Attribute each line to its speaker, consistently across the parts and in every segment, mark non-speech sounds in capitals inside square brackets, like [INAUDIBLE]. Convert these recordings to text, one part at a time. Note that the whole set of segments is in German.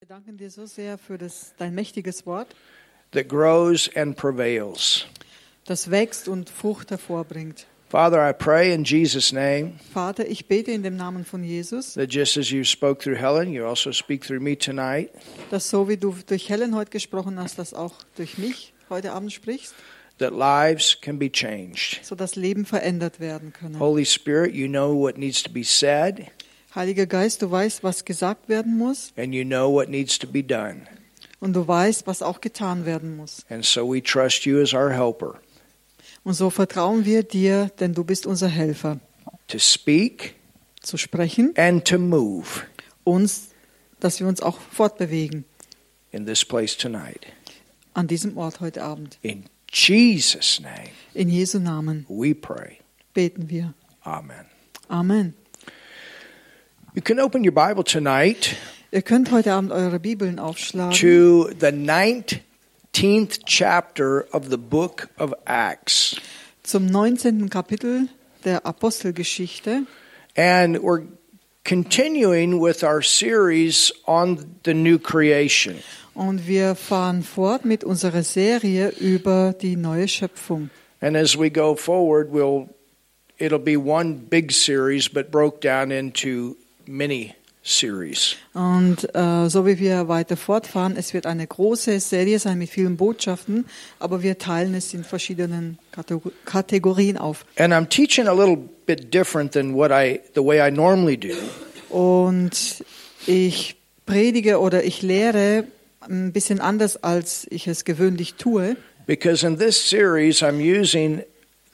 Speaker 1: Wir danken dir so sehr für das, dein mächtiges Wort,
Speaker 2: that grows and prevails.
Speaker 1: das wächst und Frucht hervorbringt.
Speaker 2: Father, I pray in Jesus' name
Speaker 1: Vater, ich bete in dem Namen von Jesus,
Speaker 2: that just as you spoke through Helen, you also speak through me tonight,
Speaker 1: dass so wie du durch Helen heute gesprochen hast, dass auch durch mich heute Abend sprichst,
Speaker 2: that lives can be changed.
Speaker 1: sodass Leben verändert werden können.
Speaker 2: Holy Spirit, you know what needs to be said
Speaker 1: Heiliger Geist, du weißt, was gesagt werden muss
Speaker 2: and you know what needs to be done.
Speaker 1: und du weißt, was auch getan werden muss.
Speaker 2: And so we trust you as our helper
Speaker 1: Und so vertrauen wir dir, denn du bist unser Helfer,
Speaker 2: to speak
Speaker 1: zu sprechen,
Speaker 2: and to move
Speaker 1: uns, dass wir uns auch fortbewegen
Speaker 2: in this place tonight.
Speaker 1: an diesem Ort heute Abend.
Speaker 2: In Jesus' name
Speaker 1: In Jesu Namen
Speaker 2: we pray.
Speaker 1: beten wir.
Speaker 2: Amen.
Speaker 1: Amen.
Speaker 2: You can open your Bible tonight
Speaker 1: Ihr könnt heute Abend eure Bibeln aufschlagen
Speaker 2: to the 19th chapter of the book of Acts.
Speaker 1: zum 19. Kapitel der Apostelgeschichte.
Speaker 2: And we're continuing with our series on the new creation.
Speaker 1: Und wir fahren fort mit unserer Serie über die neue Schöpfung.
Speaker 2: And as we go forward, we'll it'll be one big series but broke down into many series.
Speaker 1: Und äh, so wie wir weiter fortfahren, es wird eine große Serie sein mit vielen Botschaften, aber wir teilen es in verschiedenen Kategor- Kategorien auf.
Speaker 2: And I'm teaching a little bit different than what I the way I normally do.
Speaker 1: Und ich predige oder ich lehre ein bisschen anders, als ich es gewöhnlich tue.
Speaker 2: Because in this series, I'm using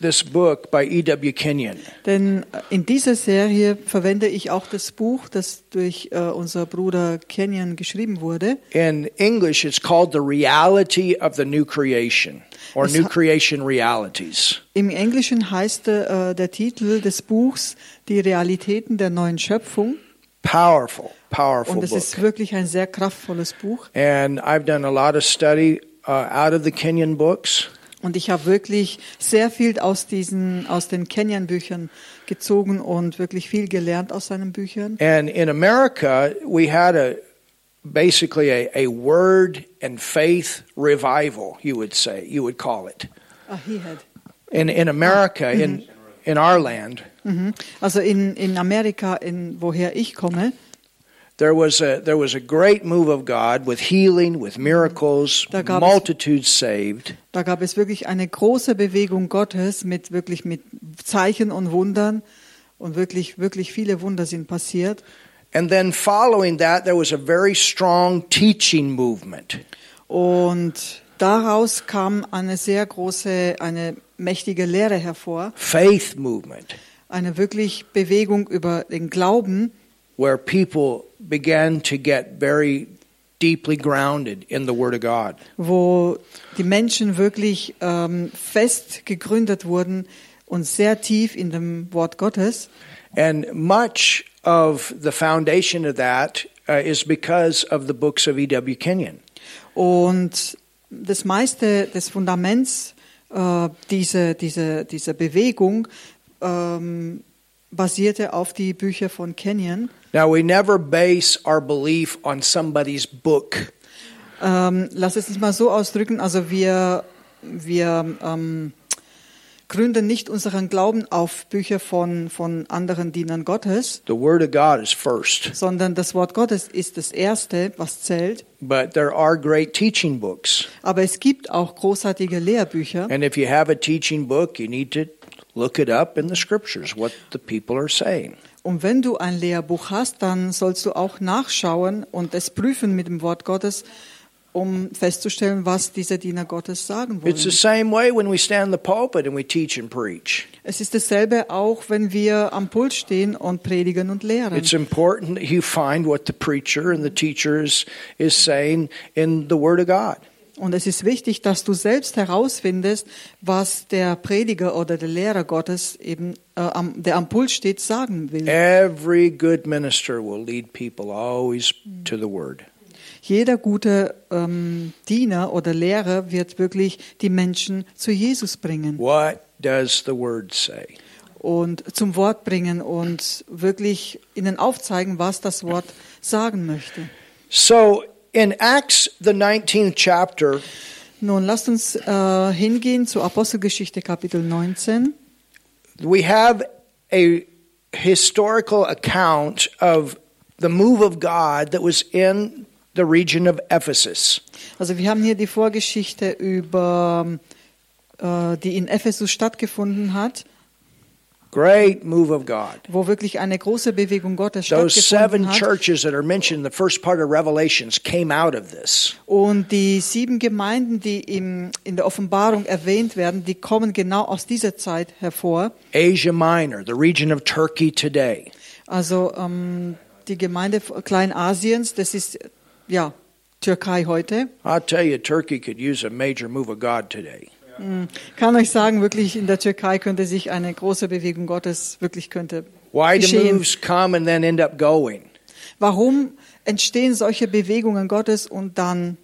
Speaker 2: this book by E.W. Kenyon.
Speaker 1: Denn äh, in dieser Serie verwende ich auch das Buch, das durch äh, unser Bruder Kenyon geschrieben wurde.
Speaker 2: In English, it's called The Reality of the New Creation or
Speaker 1: Es
Speaker 2: New
Speaker 1: ha-
Speaker 2: Creation Realities.
Speaker 1: Im Englischen heißt äh, der Titel des Buchs Die Realitäten der neuen Schöpfung.
Speaker 2: Powerful, powerful
Speaker 1: Und es
Speaker 2: book.
Speaker 1: ist wirklich ein sehr kraftvolles Buch.
Speaker 2: And I've done a lot of study uh, out of the Kenyon books.
Speaker 1: Und ich habe wirklich sehr viel aus, diesen, aus den Kenyon-Büchern gezogen und wirklich viel gelernt aus seinen Büchern.
Speaker 2: And in America, we had a basically a, a word and faith revival, you would say, you would call it.
Speaker 1: Ah, he had.
Speaker 2: In, in America, in, in our land,
Speaker 1: Mhm. Also in, in Amerika, in, woher ich komme,
Speaker 2: There was a there was a great move of God with healing, with miracles,
Speaker 1: Da gab es-
Speaker 2: multitudes saved.
Speaker 1: Da gab es wirklich eine große Bewegung Gottes mit wirklich mit Zeichen und Wundern und wirklich wirklich viele Wunder sind passiert
Speaker 2: And then following that there was a very strong teaching movement.
Speaker 1: und daraus kam eine sehr große eine mächtige Lehre hervor,
Speaker 2: Faith movement
Speaker 1: eine wirklich Bewegung über den Glauben,
Speaker 2: where people began to get very deeply grounded in the word of God.
Speaker 1: wo die Menschen wirklich ähm, fest gegründet wurden und sehr tief in dem Wort Gottes.
Speaker 2: And much of the foundation of that uh, is because of the books of E.W. Kenyon.
Speaker 1: Und das meiste des Fundaments äh, dieser, dieser, dieser Bewegung ähm, basierte auf die Bücher von Kenyon.
Speaker 2: Now we never base our belief on somebody's book.
Speaker 1: Ähm, lass es nicht mal so ausdrücken, also wir, wir ähm, gründen nicht unseren Glauben auf Bücher von, von anderen Dienern Gottes,
Speaker 2: The word of God is first.
Speaker 1: sondern das Wort Gottes ist das Erste, was zählt.
Speaker 2: But there are great teaching books.
Speaker 1: Aber es gibt auch großartige Lehrbücher.
Speaker 2: And if you have a teaching book, you need to look it up in the scriptures, what the people are saying.
Speaker 1: Und wenn du ein Lehrbuch hast, dann sollst du auch nachschauen und es prüfen mit dem Wort Gottes, um festzustellen, was diese Diener Gottes sagen
Speaker 2: It's the
Speaker 1: wollen.
Speaker 2: same way when we stand in the pulpit and we teach and preach.
Speaker 1: Es ist dasselbe auch, wenn wir am Pult stehen und predigen und lehren.
Speaker 2: It's important that you find what the preacher and the teacher is, is saying in the Word of God.
Speaker 1: Und es ist wichtig, dass du selbst herausfindest, was der Prediger oder der Lehrer Gottes eben, äh, am, der am Pult steht, sagen will.
Speaker 2: Every good minister will lead people always to the Word.
Speaker 1: Jeder gute ähm, Diener oder Lehrer wird wirklich die Menschen zu Jesus bringen.
Speaker 2: What does the Word say?
Speaker 1: und zum Wort bringen und wirklich ihnen aufzeigen, was das Wort sagen möchte.
Speaker 2: So in Acts, the 19th chapter,
Speaker 1: Nun lasst uns äh, hingehen zu Apostelgeschichte Kapitel 19.
Speaker 2: we have a historical account of the move of God that was in the region of Ephesus.
Speaker 1: Also wir haben hier die Vorgeschichte über, äh, die in Ephesus stattgefunden hat,
Speaker 2: Great move of God.
Speaker 1: wo wirklich eine große Bewegung Gottes
Speaker 2: Those
Speaker 1: stattgefunden
Speaker 2: seven
Speaker 1: hat.
Speaker 2: churches that are mentioned in the first part of Revelations came out of this.
Speaker 1: Und die sieben Gemeinden, die im, in der Offenbarung erwähnt werden, die kommen genau aus dieser Zeit hervor.
Speaker 2: Asia Minor, the region of Turkey today.
Speaker 1: Also ähm, die Gemeinde Kleinasiens, das ist ja Türkei heute.
Speaker 2: I'll tell you, Turkey could use a major move of God today.
Speaker 1: Kann euch sagen, wirklich in der Türkei könnte sich eine große Bewegung Gottes wirklich könnte
Speaker 2: Why do
Speaker 1: geschehen.
Speaker 2: moves come and then end up going?
Speaker 1: Warum entstehen solche Bewegungen Gottes und dann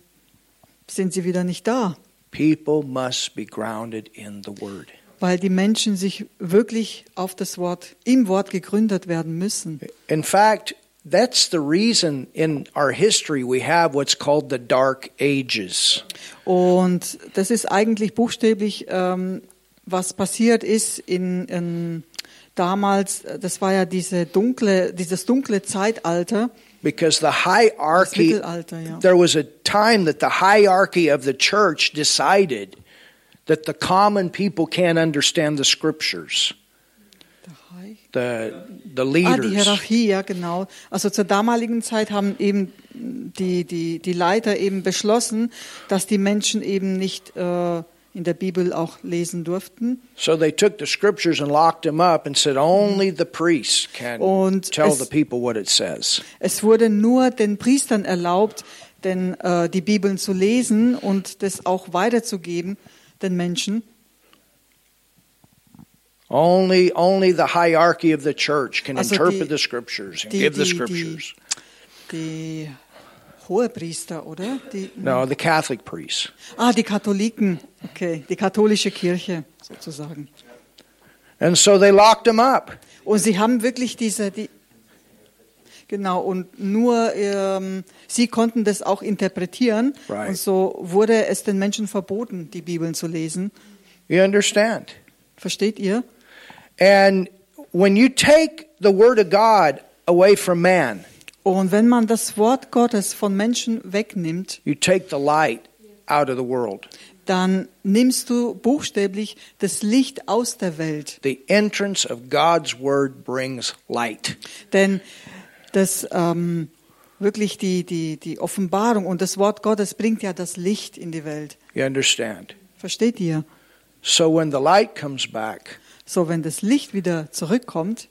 Speaker 1: sind sie wieder nicht da?
Speaker 2: People must be grounded in the Word.
Speaker 1: Weil die Menschen sich wirklich auf das Wort, im Wort gegründet werden müssen.
Speaker 2: In fact, that's the reason in our history we have what's called the Dark Ages.
Speaker 1: Und das ist eigentlich buchstäblich, ähm, was passiert ist in, in damals. Das war ja diese dunkle, dieses dunkle Zeitalter.
Speaker 2: Because the
Speaker 1: Das
Speaker 2: hierarchy,
Speaker 1: Mittelalter, ja.
Speaker 2: there was a time that the hierarchy of the church decided that the common people can't understand the scriptures. The, the
Speaker 1: Ah, die
Speaker 2: leaders.
Speaker 1: Hierarchie, ja genau. Also zur damaligen Zeit haben eben die, die, die Leiter eben beschlossen, dass die Menschen eben nicht äh, in der Bibel auch lesen durften.
Speaker 2: So they took the scriptures and locked them up and said only the priests can
Speaker 1: Und
Speaker 2: tell
Speaker 1: es-
Speaker 2: the people what it says.
Speaker 1: Es wurde nur den Priestern erlaubt, denn äh, die Bibeln zu lesen und das auch weiterzugeben den Menschen.
Speaker 2: Only only the hierarchy of the church can
Speaker 1: Also die-
Speaker 2: interpret the scriptures and
Speaker 1: die-
Speaker 2: give the
Speaker 1: die- die-
Speaker 2: scriptures.
Speaker 1: Die Hohepriester, oder? Die,
Speaker 2: No, the Catholic priests.
Speaker 1: Ah, die Katholiken. Okay, die katholische Kirche sozusagen.
Speaker 2: And so they locked them up.
Speaker 1: Und sie haben wirklich diese, die, genau, und nur ähm, sie konnten das auch interpretieren.
Speaker 2: Right.
Speaker 1: Und so wurde es den Menschen verboten, die Bibeln zu lesen.
Speaker 2: You understand?
Speaker 1: Versteht ihr?
Speaker 2: And when you take the word of God away from man,
Speaker 1: Und wenn man das Wort Gottes von Menschen wegnimmt,
Speaker 2: you take the light out of the world.
Speaker 1: dann nimmst du buchstäblich das Licht aus der Welt.
Speaker 2: The entrance of God's word brings light.
Speaker 1: Denn das ähm, wirklich die, die, die Offenbarung und das Wort Gottes bringt ja das Licht in die Welt.
Speaker 2: You understand?
Speaker 1: Versteht ihr?
Speaker 2: So when the light comes back,
Speaker 1: So, wenn das Licht wieder zurückkommt,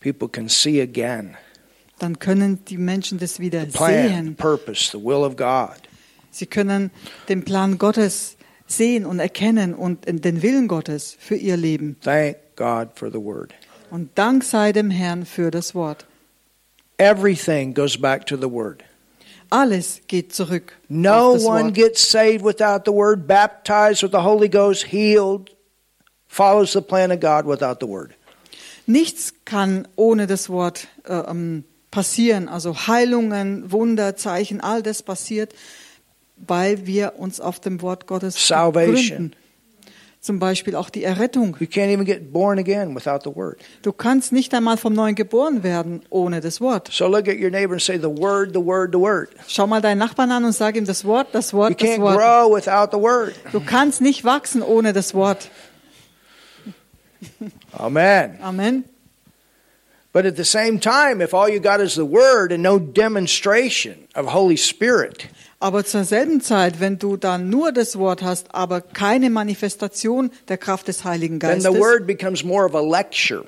Speaker 2: people can see again
Speaker 1: dann können die Menschen das wieder
Speaker 2: plan,
Speaker 1: sehen.
Speaker 2: purpose, the will of God.
Speaker 1: Sie können den Plan Gottes sehen und erkennen und den Willen Gottes für ihr Leben.
Speaker 2: Thank God for the word.
Speaker 1: Und Dank sei dem Herrn für das Wort.
Speaker 2: Everything goes back to the word.
Speaker 1: Alles geht zurück.
Speaker 2: No
Speaker 1: auf das
Speaker 2: one
Speaker 1: Wort.
Speaker 2: gets saved without the word, baptized with the Holy Ghost, healed, follows the plan of God without the word.
Speaker 1: Nichts kann ohne das Wort äh, ähm, passieren. Also Heilungen, Wunder, Zeichen, all das passiert, weil wir uns auf dem Wort Gottes
Speaker 2: Salvation.
Speaker 1: gründen. Zum Beispiel auch die Errettung.
Speaker 2: You can't even get born again without the word.
Speaker 1: Du kannst nicht einmal vom Neuen geboren werden ohne das Wort.
Speaker 2: So look at your neighbor and say, The word, the word, the word.
Speaker 1: Schau mal deinen Nachbarn an und sag ihm das Wort, das
Speaker 2: You
Speaker 1: Wort, das
Speaker 2: can't
Speaker 1: Wort.
Speaker 2: grow without the word.
Speaker 1: Du kannst nicht wachsen ohne das Wort.
Speaker 2: Amen.
Speaker 1: Amen.
Speaker 2: But at the same time, if all you got is the word and no demonstration of Holy Spirit,
Speaker 1: Aber zur selben Zeit, wenn du dann nur das Wort hast, aber keine Manifestation der Kraft des Heiligen
Speaker 2: then
Speaker 1: Geistes,
Speaker 2: the word becomes more of a lecture.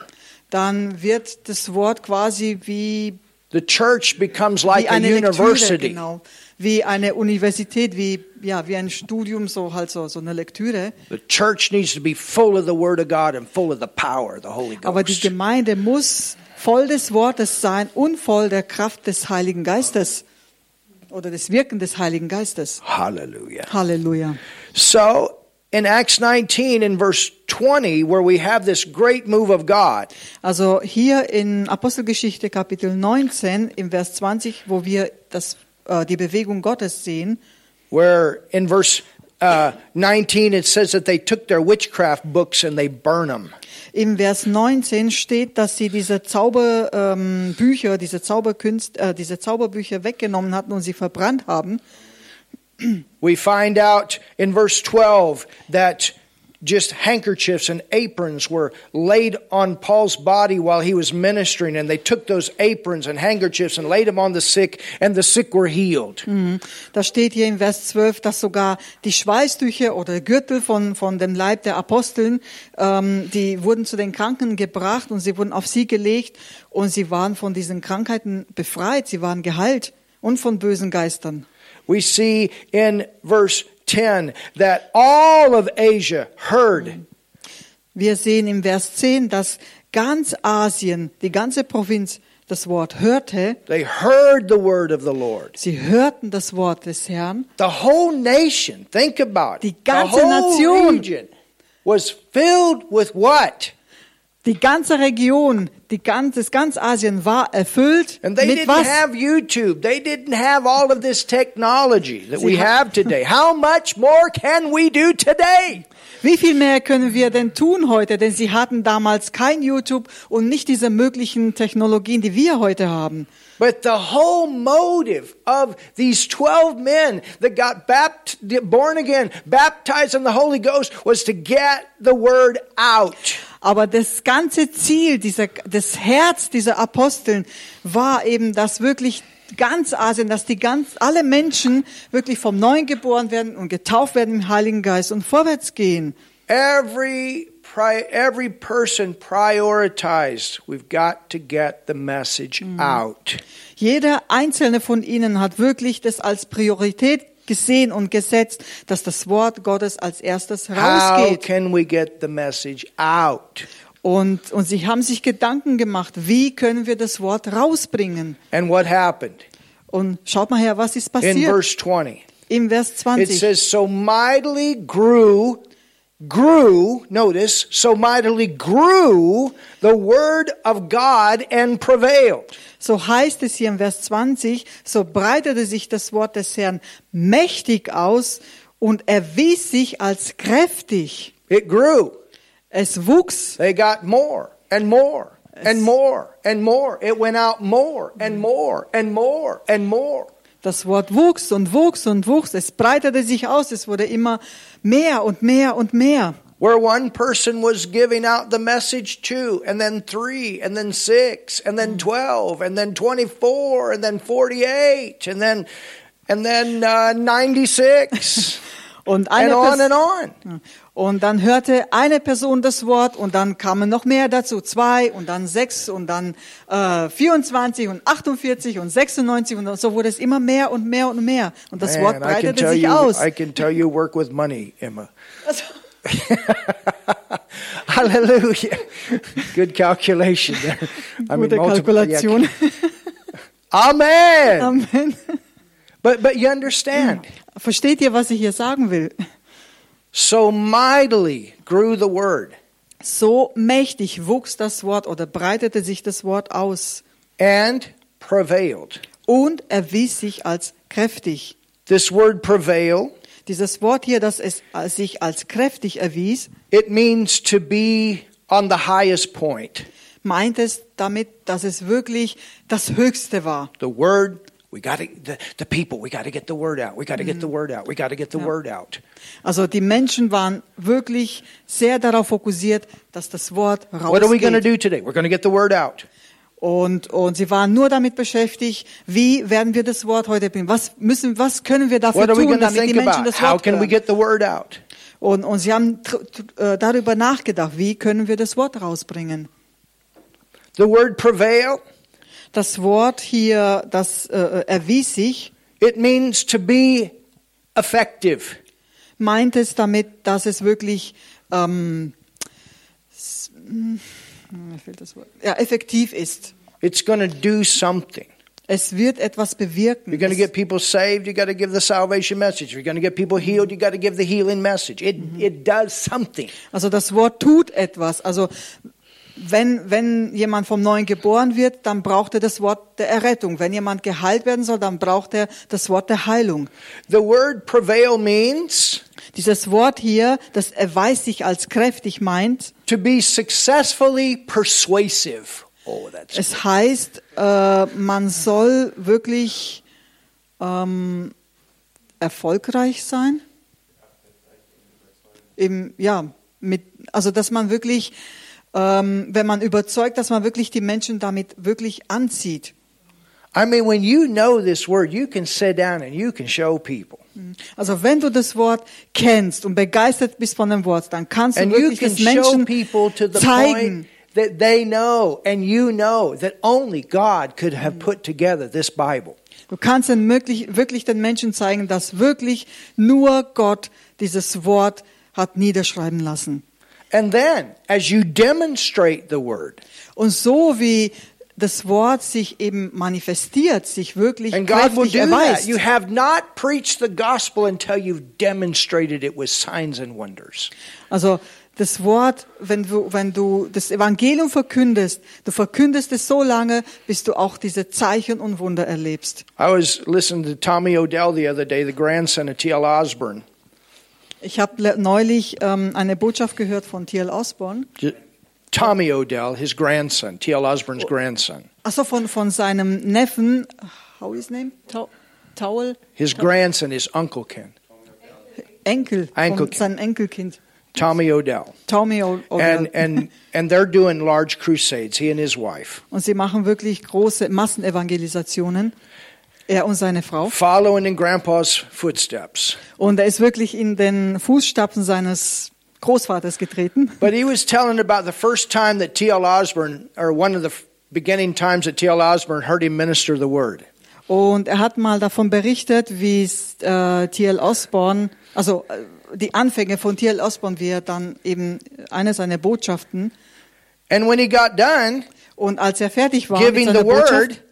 Speaker 1: dann wird das Wort quasi wie,
Speaker 2: The church becomes like
Speaker 1: wie
Speaker 2: a
Speaker 1: eine Lektüre,
Speaker 2: university.
Speaker 1: genau, wie eine Universität, wie ja, wie ein Studium so halt so, so eine Lektüre.
Speaker 2: The church needs to be full of the Word of God and full of the power of the Holy
Speaker 1: Aber die
Speaker 2: Ghost.
Speaker 1: Gemeinde muss voll des Wortes sein und voll der Kraft des Heiligen Geistes oder des Wirken des Heiligen Geistes.
Speaker 2: Hallelujah.
Speaker 1: Halleluja.
Speaker 2: So, in Acts 19 in verse 20, where we have this great move of God,
Speaker 1: Also hier in Apostelgeschichte Kapitel 19 im Vers 20, wo wir das äh, die Bewegung Gottes sehen.
Speaker 2: where in verse uh, 19 it says that they took their witchcraft books and they burn them.
Speaker 1: Im Vers 19 steht, dass sie diese Zauberbücher, ähm, Bücher, diese, Zauberkünst, äh, diese Zauberbücher weggenommen hatten und sie verbrannt haben.
Speaker 2: We find out in verse 12 that just handkerchiefs and aprons were laid on Paul's body while he was ministering, and they took those aprons and handkerchiefs and laid them on the sick, and the sick were healed.
Speaker 1: Da steht hier in Vers 12, dass sogar die Schweißtücher oder Gürtel von, von dem Leib der Aposteln, ähm, die wurden zu den Kranken gebracht und sie wurden auf sie gelegt und sie waren von diesen Krankheiten befreit, sie waren geheilt und von bösen Geistern.
Speaker 2: We see in verse 10 that all of Asia heard
Speaker 1: Wir sehen im Vers 10, dass ganz Asien, die ganze Provinz das Wort hörte.
Speaker 2: They heard the word of the Lord.
Speaker 1: Sie hörten das Wort des Herrn.
Speaker 2: The whole nation, think about
Speaker 1: Die
Speaker 2: it.
Speaker 1: ganze
Speaker 2: the whole
Speaker 1: Nation.
Speaker 2: region was filled with what?
Speaker 1: Die ganze Region, die ganze, ganz Asien war erfüllt
Speaker 2: And they
Speaker 1: mit
Speaker 2: didn't
Speaker 1: was?
Speaker 2: have YouTube. They didn't have all of this technology that we
Speaker 1: Sie ha-
Speaker 2: have today. How much more can we do today?
Speaker 1: Wie viel mehr können wir denn tun heute? Denn sie hatten damals kein YouTube und nicht diese möglichen Technologien, die wir heute haben.
Speaker 2: But the whole motive of these 12 men that got bapt- born again, baptized in the Holy Ghost, was to get the word out.
Speaker 1: Aber das ganze Ziel, dieser, das Herz dieser Aposteln war eben, dass wirklich ganz Asien, dass die ganz, alle Menschen wirklich vom Neuen geboren werden und getauft werden im Heiligen Geist und vorwärts gehen.
Speaker 2: Every pri- every person prioritized. We've got to get the message out.
Speaker 1: Jeder einzelne von ihnen hat wirklich das als Priorität gesehen und gesetzt, dass das Wort Gottes als erstes
Speaker 2: How
Speaker 1: rausgeht.
Speaker 2: can we get the message out?
Speaker 1: Und, und sie haben sich Gedanken gemacht, wie können wir das Wort rausbringen?
Speaker 2: And what happened
Speaker 1: Und schaut mal her, was ist
Speaker 2: in
Speaker 1: passiert
Speaker 2: verse 20?
Speaker 1: im Vers
Speaker 2: It
Speaker 1: 20.
Speaker 2: says so mightily grew grew notice so mightily grew the word of God and prevailed.
Speaker 1: So heißt es hier im Vers 20, so breitete sich das Wort des Herrn mächtig aus und erwies sich als kräftig.
Speaker 2: It grew.
Speaker 1: Es wuchs.
Speaker 2: They got more and more and more and more. It went out more and more and more and more.
Speaker 1: Das Wort wuchs und wuchs und wuchs. Es breitete sich aus. Es wurde immer mehr und mehr und mehr.
Speaker 2: Where one person was giving out the message, two, and then three, and then six, and then 12, and then 24, and then 48, and then, and then uh, 96,
Speaker 1: Und
Speaker 2: and
Speaker 1: eine
Speaker 2: on
Speaker 1: Person-
Speaker 2: and on.
Speaker 1: Und dann hörte eine Person das Wort und dann kamen noch mehr dazu, zwei und dann sechs und dann äh, 24 und 48 und 96 und so wurde es immer mehr und mehr und mehr. Und das Wort
Speaker 2: Man, I can
Speaker 1: breitete
Speaker 2: tell
Speaker 1: sich
Speaker 2: you,
Speaker 1: aus.
Speaker 2: I can tell you work with money, Emma.
Speaker 1: Also,
Speaker 2: Hallelujah. Good calculation there. I mean,
Speaker 1: gute
Speaker 2: multiple- yeah.
Speaker 1: Kalkulation.
Speaker 2: Amen.
Speaker 1: Amen.
Speaker 2: But but you understand.
Speaker 1: Versteht ihr, was ich hier sagen will?
Speaker 2: So mightily grew the word
Speaker 1: So mächtig wuchs das Wort oder breitete sich das Wort aus
Speaker 2: and prevailed.
Speaker 1: und erwies sich als kräftig.
Speaker 2: This word prevail,
Speaker 1: Dieses Wort hier, dass es sich als kräftig erwies,
Speaker 2: it means to be on the highest point.
Speaker 1: meint es damit, dass es wirklich das Höchste war.
Speaker 2: The word we got to the, the people, we got to get the word out. We got to get the word out. We got to get the word out.
Speaker 1: Also die Menschen waren wirklich sehr darauf fokussiert, dass das Wort
Speaker 2: What are we going to
Speaker 1: rausgeht.
Speaker 2: do today? We're going to get the word out.
Speaker 1: Und, und sie waren nur damit beschäftigt, wie werden wir das Wort heute bringen? Was müssen, was können wir dafür
Speaker 2: What are we
Speaker 1: tun,
Speaker 2: going to
Speaker 1: damit die
Speaker 2: think
Speaker 1: Menschen
Speaker 2: about?
Speaker 1: das
Speaker 2: How
Speaker 1: Wort
Speaker 2: can we
Speaker 1: hören?
Speaker 2: get the word out?
Speaker 1: Und, und sie haben tr- tr- äh, darüber nachgedacht, wie können wir das Wort rausbringen?
Speaker 2: The word prevail,
Speaker 1: Das Wort hier, das äh, äh, erwies sich,
Speaker 2: it means to be effective.
Speaker 1: meint es damit, dass es wirklich ähm, s- hm, mir fehlt das Wort. Ja, effektiv ist.
Speaker 2: It's going to do something.
Speaker 1: Es wird etwas bewirken.
Speaker 2: You're going
Speaker 1: Es-
Speaker 2: to get people saved, you got to give the salvation message. You're going to get people healed, you got to give the healing message. It it does something.
Speaker 1: also das Wort tut etwas. Also Wenn, wenn jemand vom Neuen geboren wird, dann braucht er das Wort der Errettung. Wenn jemand geheilt werden soll, dann braucht er das Wort der Heilung.
Speaker 2: The word prevail means
Speaker 1: Dieses Wort hier, das erweist sich als kräftig meint,
Speaker 2: to be successfully persuasive. Oh, that's
Speaker 1: es heißt, äh, man soll wirklich ähm, erfolgreich sein. Im, ja, mit, also dass man wirklich, ähm, wenn man überzeugt, dass man wirklich die Menschen damit wirklich anzieht.
Speaker 2: I mean, when you know this word, you can sit down and you can show people.
Speaker 1: Also wenn du das Wort kennst und begeistert bist von dem Wort, dann kannst du
Speaker 2: And you
Speaker 1: wirklich
Speaker 2: can
Speaker 1: das
Speaker 2: show
Speaker 1: Menschen
Speaker 2: people to the
Speaker 1: zeigen.
Speaker 2: point that they know and you know that only God could have put together this Bible.
Speaker 1: Du kannst dann wirklich, wirklich den Menschen zeigen, dass wirklich nur Gott dieses Wort hat niederschreiben lassen.
Speaker 2: And then, as you demonstrate the word,
Speaker 1: Und so wie das Wort sich eben manifestiert, sich wirklich
Speaker 2: and God will
Speaker 1: kräftig
Speaker 2: do that,
Speaker 1: erweist.
Speaker 2: you have not preached the gospel until you've demonstrated it with signs and wonders.
Speaker 1: Also das Wort, wenn du, wenn du das Evangelium verkündest, du verkündest es so lange, bis du auch diese Zeichen und Wunder erlebst.
Speaker 2: I was listening to Tommy Odell the other day, the grandson of T.L. Osborne.
Speaker 1: Ich habe neulich ähm, eine Botschaft gehört von T.L. Osborne,
Speaker 2: J- Tommy Odell, his grandson, T.L. Osborne's grandson.
Speaker 1: also von, von seinem Neffen, how is name? Tau- Towel?
Speaker 2: His grandson is Uncle Ken,
Speaker 1: Enkel, von
Speaker 2: Enkelkind.
Speaker 1: seinem Enkelkind,
Speaker 2: Tommy Odell.
Speaker 1: Tommy O- O'Dell.
Speaker 2: And, and, and they're doing large crusades, he and his wife,
Speaker 1: Und sie machen wirklich große Massenevangelisationen, er und seine Frau.
Speaker 2: following in Grandpa's footsteps.
Speaker 1: Und er ist wirklich in den Fußstapfen seines Großvaters getreten.
Speaker 2: But he was telling about the first time that T.L. Osborne, or one of the f- beginning times that T.L. Osborne heard him minister the word.
Speaker 1: Und er hat mal davon berichtet, wie es, äh, T.L. Osborne, also äh, die Anfänge von T.L. Osborne, wie er dann eben eine seiner Botschaften,
Speaker 2: And when he got done,
Speaker 1: und als er fertig war,
Speaker 2: Giving
Speaker 1: mit seiner
Speaker 2: the word.
Speaker 1: Botschaft,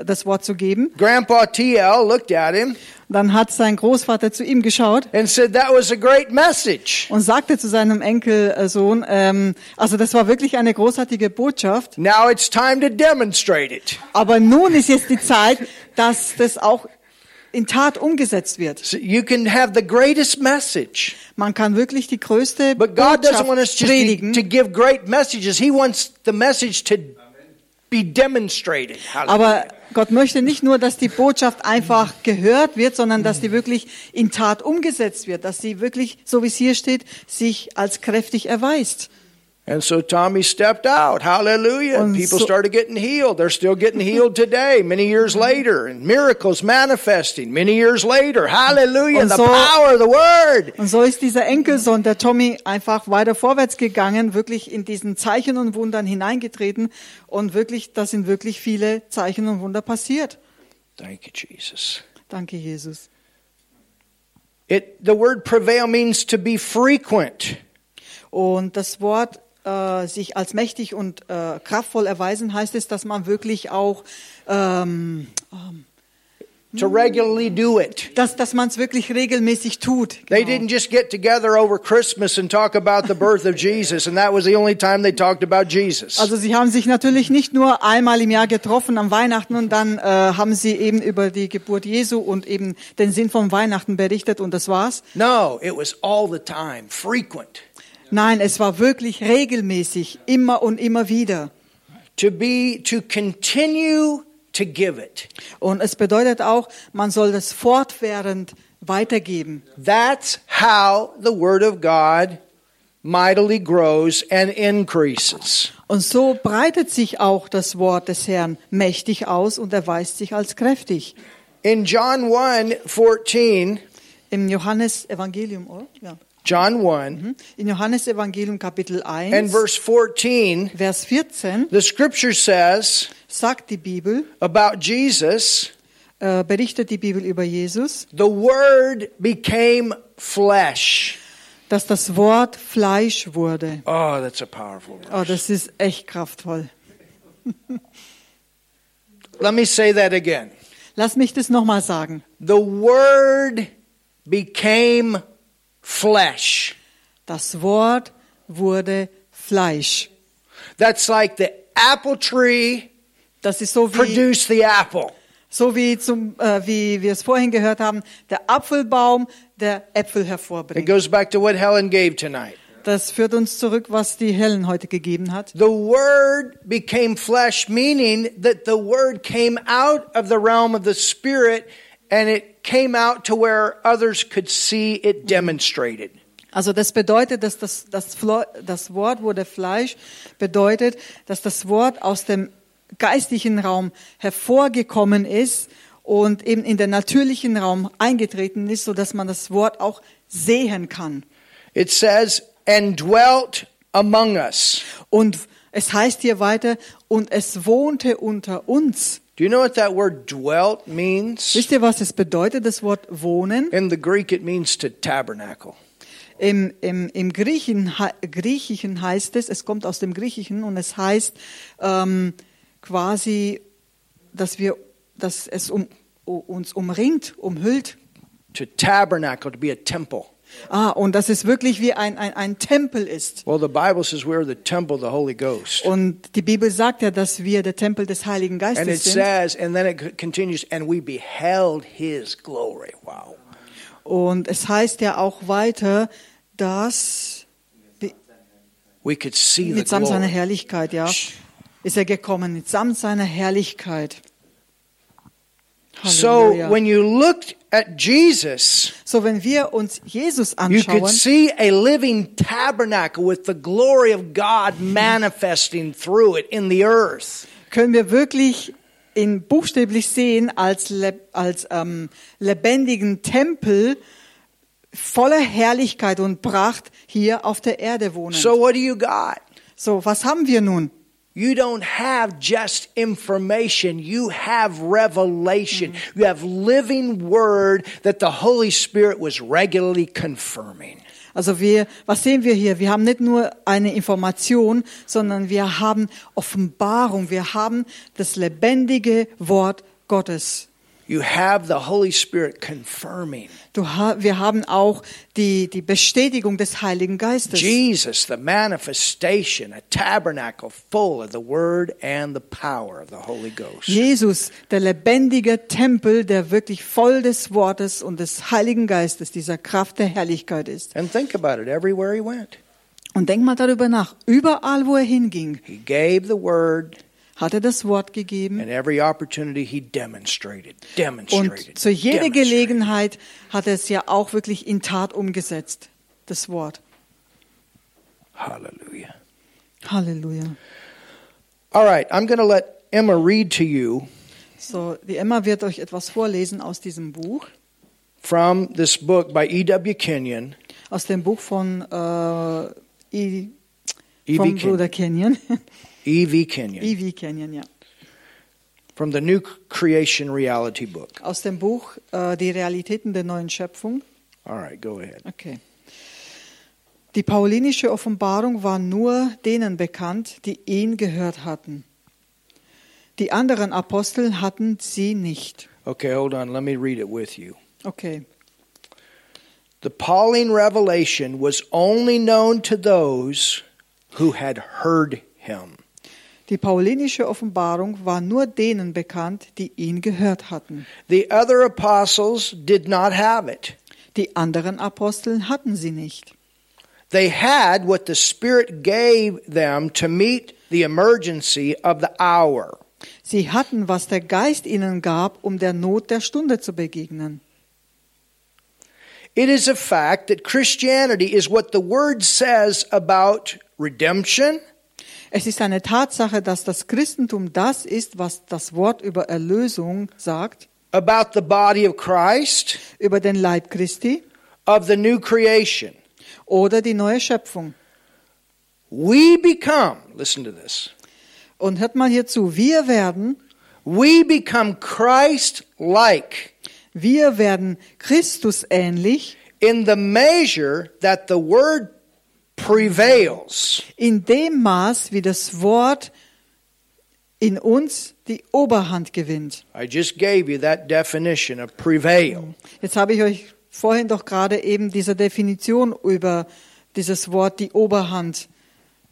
Speaker 1: das Wort zu geben,
Speaker 2: Grandpa T.L. looked at him
Speaker 1: dann hat sein Großvater zu ihm geschaut
Speaker 2: and said, That was a great message.
Speaker 1: und sagte zu seinem Enkelsohn, ähm, also das war wirklich eine großartige Botschaft,
Speaker 2: Now it's time to demonstrate it.
Speaker 1: aber nun ist jetzt die Zeit, dass das auch in Tat umgesetzt wird.
Speaker 2: So you can have the greatest message,
Speaker 1: Man kann wirklich die größte
Speaker 2: but God doesn't want us
Speaker 1: Botschaft
Speaker 2: just to,
Speaker 1: predigen,
Speaker 2: to give great messages. He wants the message to be demonstrated. Hallelujah.
Speaker 1: aber Gott möchte nicht nur, dass die Botschaft einfach gehört wird, sondern dass die wirklich in Tat umgesetzt wird, dass sie wirklich, so wie es hier steht, sich als kräftig erweist.
Speaker 2: And so Tommy stepped out. Hallelujah.
Speaker 1: Und
Speaker 2: People
Speaker 1: so- Mm-hmm.
Speaker 2: started getting healed. They're still getting healed today, many years later. And miracles manifesting many years later. Hallelujah.
Speaker 1: Und
Speaker 2: The
Speaker 1: so-
Speaker 2: power of the word.
Speaker 1: Und so ist dieser Enkelsohn, der Tommy, einfach weiter vorwärts gegangen, wirklich in diesen Zeichen und Wundern hineingetreten und wirklich, da sind wirklich viele Zeichen und Wunder passiert.
Speaker 2: Thank you, Jesus.
Speaker 1: Danke, Jesus.
Speaker 2: It, the word prevail means to be frequent.
Speaker 1: Und das Wort äh, sich als mächtig und äh, kraftvoll erweisen heißt es, dass man wirklich auch, ähm,
Speaker 2: to
Speaker 1: Mm-hmm.
Speaker 2: regularly do it.
Speaker 1: dass, dass man es wirklich regelmäßig tut.
Speaker 2: They
Speaker 1: Genau.
Speaker 2: didn't just get together over Christmas and talk about the birth of Jesus, and that was the only time they talked about Jesus.
Speaker 1: Also sie haben sich natürlich nicht nur einmal im Jahr getroffen am Weihnachten und dann äh, haben sie eben über die Geburt Jesu und eben den Sinn von Weihnachten berichtet und das war's.
Speaker 2: No, it was all the time, frequent.
Speaker 1: Nein, es war wirklich regelmäßig, immer und immer wieder.
Speaker 2: To be, to continue to give it.
Speaker 1: Und es bedeutet auch, man soll das fortwährend weitergeben.
Speaker 2: That's how the Word of God mightily grows and increases.
Speaker 1: Und so breitet sich auch das Wort des Herrn mächtig aus und erweist sich als kräftig.
Speaker 2: In John 1 14,
Speaker 1: Im Johannes Evangelium, oder? Ja.
Speaker 2: John 1
Speaker 1: Hm? In Johannes Evangelium Kapitel 1,
Speaker 2: and verse 14,
Speaker 1: Vers 14
Speaker 2: the scripture says
Speaker 1: sagt die Bibel,
Speaker 2: about Jesus.
Speaker 1: äh, berichtet die Bibel über Jesus,
Speaker 2: The Word became flesh.
Speaker 1: dass das Wort Fleisch wurde.
Speaker 2: Oh, that's a powerful word.
Speaker 1: Oh, das ist echt kraftvoll.
Speaker 2: Let me say that again.
Speaker 1: Lass mich das nochmal sagen.
Speaker 2: The Word became flesh.
Speaker 1: Das Wort wurde Fleisch.
Speaker 2: That's like the apple tree
Speaker 1: Das ist so wie,
Speaker 2: produced the apple.
Speaker 1: so wie, zum, äh, wie wir es vorhin gehört haben, der Apfelbaum, der Äpfel
Speaker 2: It
Speaker 1: hervorbringt.
Speaker 2: goes back to what Helen gave tonight.
Speaker 1: Das führt uns zurück, was die Helen heute gegeben hat.
Speaker 2: The Word became flesh, meaning that the Word came out of the realm of the Spirit and it came out to where others could see it demonstrated.
Speaker 1: Also das bedeutet, dass das, das, Flo- das Wort wurde Fleisch, bedeutet, dass das Wort aus dem geistlichen Raum hervorgekommen ist und eben in den natürlichen Raum eingetreten ist, sodass man das Wort auch sehen kann.
Speaker 2: It says, and dwelt among us.
Speaker 1: Und es heißt hier weiter, und es wohnte unter uns.
Speaker 2: Do you know what that word dwelt means?
Speaker 1: Wisst ihr, was es bedeutet, das Wort wohnen?
Speaker 2: In the Greek, it means to tabernacle.
Speaker 1: Im, im, im Griechen, hei- Griechischen heißt es, es kommt aus dem Griechischen und es heißt ähm, quasi, dass, wir, dass es um, u- uns umringt, umhüllt.
Speaker 2: To tabernacle, to be a temple.
Speaker 1: Ah, und dass es wirklich wie ein, ein, ein Tempel ist.
Speaker 2: Well, the Bible says we're the temple of the Holy Ghost.
Speaker 1: Und die Bibel sagt ja, dass wir der Tempel des Heiligen
Speaker 2: And it
Speaker 1: Geistes sind.
Speaker 2: says, and then it c- continues, and we beheld his glory. Wow.
Speaker 1: Und es heißt ja auch weiter, dass
Speaker 2: We could see the
Speaker 1: mit samt seiner
Speaker 2: glory.
Speaker 1: Herrlichkeit, ja, ist er gekommen, mit samt seiner Herrlichkeit.
Speaker 2: So
Speaker 1: Halleluja.
Speaker 2: when you looked at Jesus,
Speaker 1: So, wenn wir uns Jesus
Speaker 2: you could
Speaker 1: anschauen,
Speaker 2: see a living tabernacle with the glory of God manifesting through it in the earth.
Speaker 1: können wir wirklich ihn buchstäblich sehen als, le als ähm, lebendigen Tempel voller Herrlichkeit und Pracht hier auf der Erde wohnen.
Speaker 2: So what do you got?
Speaker 1: so, was haben wir nun?
Speaker 2: You don't have just information, you have revelation. You have living word that the Holy Spirit was regularly confirming.
Speaker 1: Also wir, was sehen wir hier? Wir haben nicht nur eine Information, sondern wir haben Offenbarung. Wir haben das lebendige Wort Gottes.
Speaker 2: You have the Holy Spirit confirming.
Speaker 1: Du, ha- wir haben auch die, die Bestätigung des Heiligen Geistes.
Speaker 2: Jesus, the manifestation, a tabernacle full of the word and the power of the Holy Ghost.
Speaker 1: Jesus, der lebendige Tempel, der wirklich voll des Wortes und des Heiligen Geistes, dieser Kraft der Herrlichkeit ist.
Speaker 2: And think about it everywhere he went.
Speaker 1: Und denk mal darüber nach. Überall, wo er hinging,
Speaker 2: He gave the word,
Speaker 1: hat er das Wort gegeben.
Speaker 2: and every opportunity he demonstrated. Demonstrated.
Speaker 1: Und zu jeder
Speaker 2: demonstrated.
Speaker 1: Gelegenheit hat er es ja auch wirklich in Tat umgesetzt, das Wort.
Speaker 2: Hallelujah.
Speaker 1: Halleluja.
Speaker 2: All right, I'm going to let Emma read to you
Speaker 1: So, die Emma wird euch etwas vorlesen aus diesem Buch,
Speaker 2: from this book by E.W. Kenyon.
Speaker 1: aus dem Buch von äh, e,
Speaker 2: E.V.
Speaker 1: vom
Speaker 2: Kenyon.
Speaker 1: Bruder Kenyon,
Speaker 2: E.V. Kenyon.
Speaker 1: E.V. Kenyon, ja.
Speaker 2: From the New Creation Reality book.
Speaker 1: Aus dem Buch äh, Die Realitäten der neuen Schöpfung.
Speaker 2: All right, go ahead.
Speaker 1: Okay. Die paulinische Offenbarung war nur denen bekannt, die ihn gehört hatten. Die anderen Apostel hatten sie nicht.
Speaker 2: Okay, hold on. Let me read it with you.
Speaker 1: Okay.
Speaker 2: The Pauline revelation was only known to those who had heard him.
Speaker 1: Die paulinische Offenbarung war nur denen bekannt, die ihn gehört hatten.
Speaker 2: The other apostles did not have it.
Speaker 1: Die anderen Apostel hatten sie nicht.
Speaker 2: They had what the Spirit gave them to meet the emergency of the hour.
Speaker 1: Sie hatten, was der Geist ihnen gab, um der Not der Stunde zu begegnen.
Speaker 2: It is a fact that Christianity is what the Word says about redemption,
Speaker 1: Es ist eine Tatsache, dass das Christentum das ist, was das Wort über Erlösung sagt,
Speaker 2: about the body of Christ,
Speaker 1: über den Leib Christi
Speaker 2: of the new creation.
Speaker 1: oder die neue Schöpfung.
Speaker 2: We become, listen to this,
Speaker 1: Und hört mal hier zu, wir werden,
Speaker 2: we become Christ like.
Speaker 1: wir werden Christus ähnlich,
Speaker 2: in the measure that the word prevails.
Speaker 1: in dem Maß, wie das Wort in uns die Oberhand gewinnt.
Speaker 2: I just gave you that definition of prevail.
Speaker 1: Jetzt habe ich euch vorhin doch gerade eben diese Definition über dieses Wort die Oberhand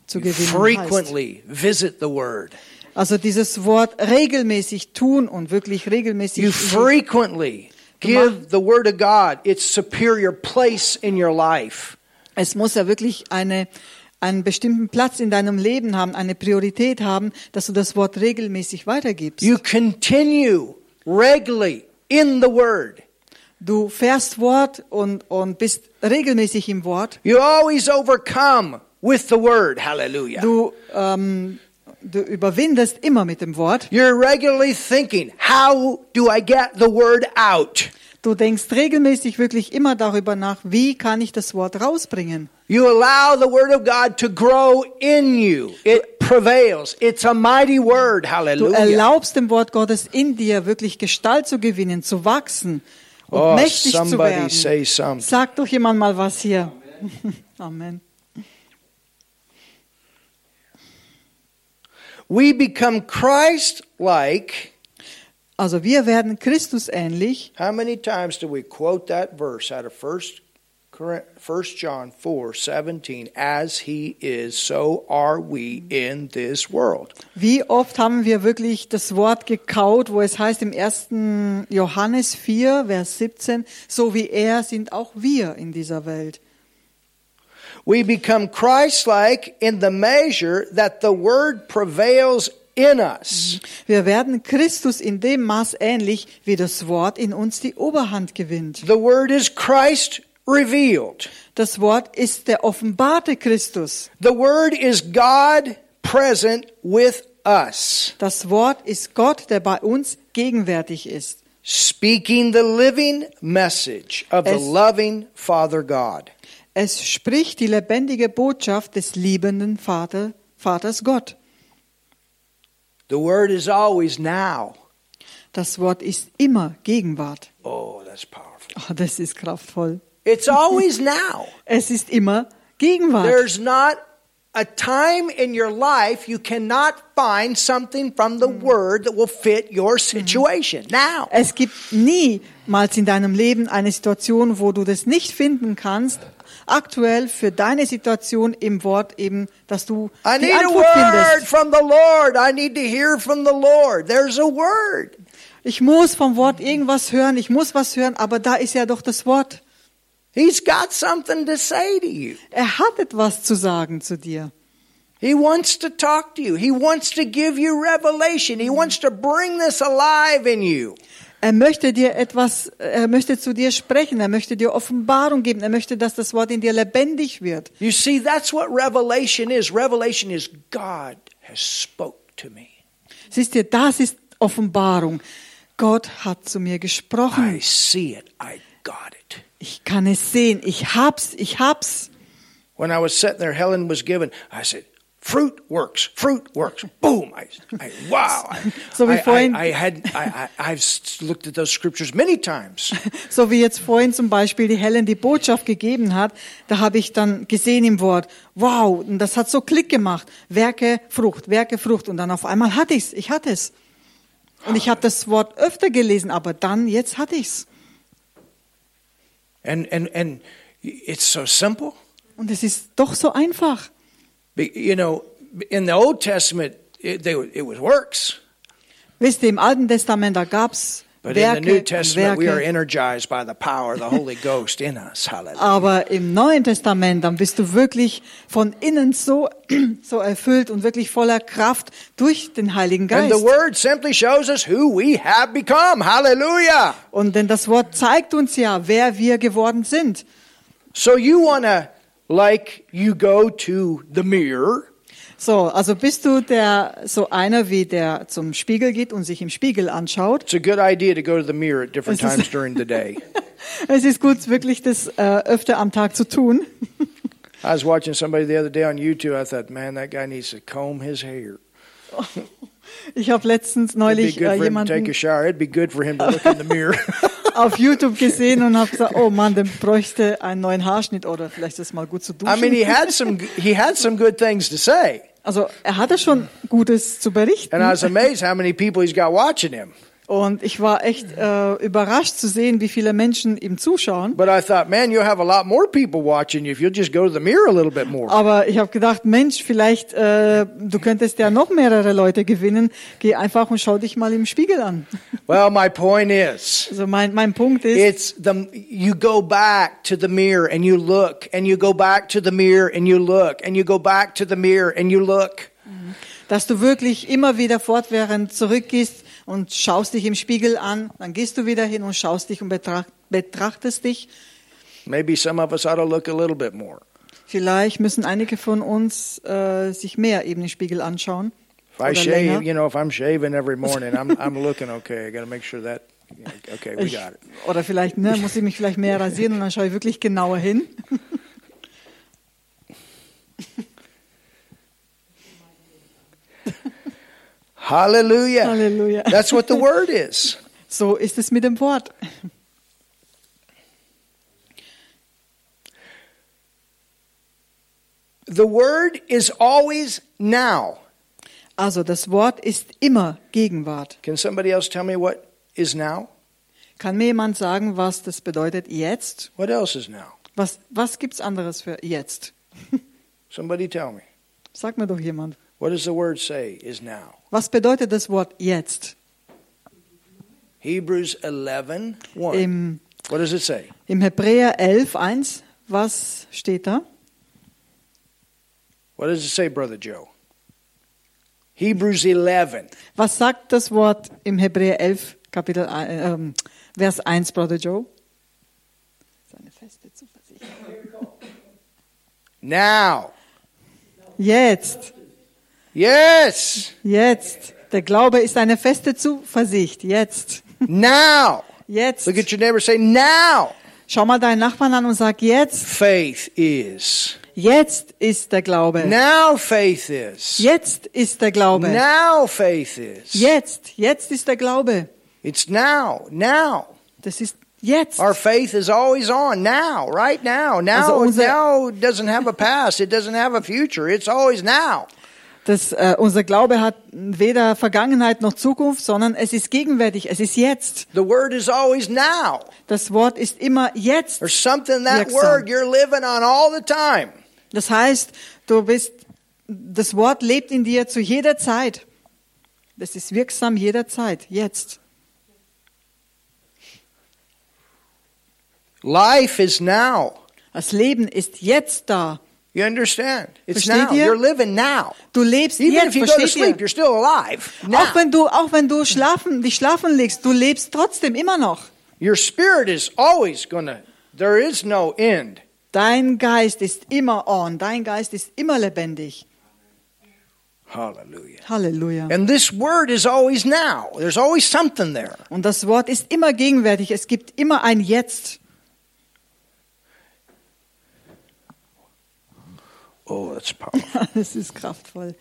Speaker 1: zu gewinnen heißt.
Speaker 2: frequently visit the word.
Speaker 1: Also dieses Wort regelmäßig tun und wirklich regelmäßig
Speaker 2: You frequently give the word of God its superior place in your life.
Speaker 1: Es muss ja wirklich eine, einen bestimmten Platz in deinem Leben haben, eine Priorität haben, dass du das Wort regelmäßig weitergibst.
Speaker 2: You continue regularly in the word.
Speaker 1: du fährst Wort und, und bist regelmäßig im Wort.
Speaker 2: You always overcome with the word. Hallelujah.
Speaker 1: Du, ähm, du überwindest immer mit dem Wort.
Speaker 2: You're regularly thinking, how do I get the word out?
Speaker 1: Du denkst regelmäßig wirklich immer darüber nach, wie kann ich das Wort rausbringen.
Speaker 2: You allow the word of God to grow in you. It prevails. It's a mighty word.
Speaker 1: Du
Speaker 2: Hallelujah.
Speaker 1: erlaubst dem Wort Gottes in dir wirklich Gestalt zu gewinnen, zu wachsen und
Speaker 2: Oh,
Speaker 1: mächtig zu
Speaker 2: somebody
Speaker 1: werden.
Speaker 2: say something.
Speaker 1: Sag doch jemand mal was hier. [LAUGHS] Amen.
Speaker 2: We become Christ like.
Speaker 1: Also wir werden Christus ähnlich.
Speaker 2: How many times do we quote that verse out of First, First John 4 17? As he is, so are we in this world.
Speaker 1: Wie oft haben wir wirklich das Wort gekaut, wo es heißt im 1. Johannes 4, Vers 17, so wie er sind auch wir in dieser Welt.
Speaker 2: We become Christ like in the measure that the word prevails in us.
Speaker 1: Wir werden Christus in dem Maß ähnlich, wie das Wort in uns die Oberhand gewinnt.
Speaker 2: The word is Christ revealed.
Speaker 1: Das Wort ist der offenbarte Christus.
Speaker 2: The Word is God present with us,
Speaker 1: Das Wort ist Gott, der bei uns gegenwärtig ist.
Speaker 2: speaking the living message of the
Speaker 1: Es-
Speaker 2: loving Father God.
Speaker 1: Es spricht die lebendige Botschaft des liebenden Vater, Vaters Gott.
Speaker 2: The Word is always now.
Speaker 1: Das Wort ist immer Gegenwart.
Speaker 2: Oh, that's powerful.
Speaker 1: Oh, das ist kraftvoll.
Speaker 2: It's always now.
Speaker 1: Es ist immer Gegenwart.
Speaker 2: There's not a time in your life you cannot find something from the Word that will fit your situation now.
Speaker 1: Es gibt niemals in deinem Leben eine Situation, wo du das nicht finden kannst, aktuell für deine Situation im Wort eben, dass du
Speaker 2: I
Speaker 1: die
Speaker 2: need a
Speaker 1: Antwort
Speaker 2: word
Speaker 1: findest.
Speaker 2: from the Lord. I need to hear from the Lord. There's a word.
Speaker 1: Ich muss vom Wort irgendwas hören, ich muss was hören, aber da ist ja doch das Wort.
Speaker 2: He's got something to say to you.
Speaker 1: Er hat etwas zu sagen zu dir.
Speaker 2: He wants to talk to you. He wants to give you revelation. He wants to bring this alive in you.
Speaker 1: Er möchte dir etwas, er möchte zu dir sprechen, er möchte dir Offenbarung geben, er möchte, dass das Wort in dir lebendig wird.
Speaker 2: You see, that's what revelation is. Revelation is God has spoke to me.
Speaker 1: Siehst du, das ist Offenbarung. Gott hat zu mir
Speaker 2: I
Speaker 1: gesprochen.
Speaker 2: see it. I got it.
Speaker 1: Ich kann es sehen. Ich hab's. Ich hab's. [LAUGHS]
Speaker 2: When I was sitting there, Helen was given. I said, "Fruit works. Fruit works." Boom! I, I wow! I,
Speaker 1: [LAUGHS] So we
Speaker 2: I- I-
Speaker 1: find-
Speaker 2: I, had. I, I, I've s- looked at those scriptures many times.
Speaker 1: So wie jetzt vorhin zum Beispiel die Helen die Botschaft gegeben hat, da habe ich dann gesehen im Wort, wow, und das hat so Klick gemacht. Werke, Frucht, Werke, Frucht. Und dann auf einmal hatte ich's. Ich hatte es. Und ich habe das Wort öfter gelesen, aber dann, jetzt hatte ich's.
Speaker 2: And and and it's so simple.
Speaker 1: Und es ist doch so einfach.
Speaker 2: Be- You know, in the Old Testament, it, they, were- it was works,
Speaker 1: Wisst ihr, im Alten Testament, da gab's
Speaker 2: but
Speaker 1: Werke,
Speaker 2: in the New
Speaker 1: und
Speaker 2: Testament,
Speaker 1: Werke.
Speaker 2: we are energized by the power of the Holy Ghost in us. Hallelujah.
Speaker 1: Aber im Neuen Testament, dann bist du wirklich von innen so, [CLEARS THROAT] so erfüllt und wirklich voller Kraft durch den Heiligen
Speaker 2: And
Speaker 1: Geist.
Speaker 2: the Word simply shows us who we have become. Hallelujah.
Speaker 1: Und denn das Wort zeigt uns ja, wer wir geworden sind.
Speaker 2: So you want to, like, you go to the mirror
Speaker 1: So, also bist du der, so einer wie der zum Spiegel geht und sich im Spiegel anschaut. [LAUGHS]
Speaker 2: It's a good idea to go to the mirror at different
Speaker 1: This is-
Speaker 2: times during the day.
Speaker 1: Es ist gut, wirklich das äh, öfter am Tag zu tun.
Speaker 2: I was watching somebody the other day on YouTube. I thought, man, that guy needs to comb his hair.
Speaker 1: Ich habe letztens
Speaker 2: It'd
Speaker 1: neulich
Speaker 2: be good
Speaker 1: äh,
Speaker 2: for him to take
Speaker 1: jemanden
Speaker 2: a shower. It'd be good for him to look in the mirror.
Speaker 1: [LAUGHS]
Speaker 2: [LAUGHS]
Speaker 1: auf YouTube gesehen und habe gesagt, oh Mann, der bräuchte einen neuen Haarschnitt oder vielleicht ist mal gut zu duschen.
Speaker 2: I mean, he had some he had some good things to say,
Speaker 1: Also er hatte schon Gutes zu berichten.
Speaker 2: and I was amazed how many people he's got watching him.
Speaker 1: Und ich war echt äh, überrascht zu sehen, wie viele Menschen ihm zuschauen.
Speaker 2: But I thought, man, you'll have a lot more people watching you if you'll just go to the mirror a little bit more.
Speaker 1: Aber ich habe gedacht, Mensch, vielleicht äh, du könntest ja noch mehrere Leute gewinnen. Geh einfach und schau dich mal im Spiegel an.
Speaker 2: Well, my point is,
Speaker 1: Also mein mein Punkt ist,
Speaker 2: it's the you go back to the mirror and you look, and you go back to the mirror and you look, and you go back to the mirror and you look.
Speaker 1: dass du wirklich immer wieder fortwährend zurückgehst und schaust dich im Spiegel an, dann gehst du wieder hin und schaust dich und betracht, betrachtest dich.
Speaker 2: Maybe some of us ought to look a little bit more.
Speaker 1: Vielleicht müssen einige von uns äh, sich mehr eben im Spiegel anschauen.
Speaker 2: If I
Speaker 1: Oder
Speaker 2: shave,
Speaker 1: länger.
Speaker 2: you know, if I'm shaving every morning, I'm I'm looking okay. I got to make sure that okay, we
Speaker 1: Ich,
Speaker 2: got it.
Speaker 1: oder vielleicht ne, muss ich mich vielleicht mehr rasieren und dann schaue ich wirklich genauer hin.
Speaker 2: Hallelujah.
Speaker 1: Hallelujah.
Speaker 2: That's what the word is.
Speaker 1: So ist es mit dem Wort.
Speaker 2: The word is always now.
Speaker 1: Also das Wort ist immer Gegenwart.
Speaker 2: Can somebody else tell me what is now?
Speaker 1: Kann mir jemand sagen, was das bedeutet jetzt?
Speaker 2: What else is now?
Speaker 1: Was, was gibt's anderes für jetzt?
Speaker 2: Somebody tell me.
Speaker 1: Sag mir doch jemand.
Speaker 2: What does the word say is now?
Speaker 1: Was bedeutet das Wort jetzt?
Speaker 2: Hebrews 11
Speaker 1: Im,
Speaker 2: What does it say?
Speaker 1: im Hebräer 11, 1, was steht da?
Speaker 2: What does it say, Brother Joe? Hebrews 11.
Speaker 1: Was sagt das Wort im Hebräer 11, Kapitel, ein- äh, ähm, Vers 1, Brother Joe? Seine feste Zuversicht.
Speaker 2: Now.
Speaker 1: Jetzt,
Speaker 2: Yes.
Speaker 1: jetzt. Der Glaube ist eine feste Zuversicht. Jetzt,
Speaker 2: Now.
Speaker 1: jetzt.
Speaker 2: Look at your neighbor say, now.
Speaker 1: Schau mal deinen Nachbarn an und sag jetzt.
Speaker 2: Faith is.
Speaker 1: Jetzt ist der Glaube.
Speaker 2: Now faith is.
Speaker 1: Jetzt ist der Glaube.
Speaker 2: Now faith is.
Speaker 1: Jetzt, jetzt ist der Glaube.
Speaker 2: It's now. Now.
Speaker 1: Das ist jetzt.
Speaker 2: Our faith is always on now, right now. Now,
Speaker 1: Also unser-
Speaker 2: now doesn't have a past. It doesn't have a future. It's always now.
Speaker 1: Das, äh, unser Glaube hat weder Vergangenheit noch Zukunft, sondern es ist gegenwärtig, es ist jetzt.
Speaker 2: The word is always now.
Speaker 1: Das Wort ist immer jetzt.
Speaker 2: There's something in that
Speaker 1: Wirksam.
Speaker 2: word you're living on all the time.
Speaker 1: Das heißt, du bist, das Wort lebt in dir zu jeder Zeit. Das ist wirksam jederzeit, jetzt.
Speaker 2: Life is now.
Speaker 1: Das Leben ist jetzt da.
Speaker 2: You understand? It's
Speaker 1: Versteht
Speaker 2: now.
Speaker 1: ihr?
Speaker 2: You're living now.
Speaker 1: Du lebst
Speaker 2: Even if
Speaker 1: jetzt,
Speaker 2: you go to
Speaker 1: versteht
Speaker 2: sleep,
Speaker 1: ihr?
Speaker 2: you're still alive.
Speaker 1: Auch
Speaker 2: Now.
Speaker 1: wenn du, auch wenn du schlafen, dich schlafen legst, du lebst trotzdem immer noch.
Speaker 2: Your spirit is always going to, there is no end.
Speaker 1: Dein Geist ist immer on, dein Geist ist immer lebendig.
Speaker 2: Hallelujah.
Speaker 1: Halleluja.
Speaker 2: And this word is always now. There's always something there.
Speaker 1: Und das Wort ist immer gegenwärtig. Es gibt immer ein Jetzt. [LAUGHS]
Speaker 2: Oh, that's powerful.
Speaker 1: Das ist kraftvoll.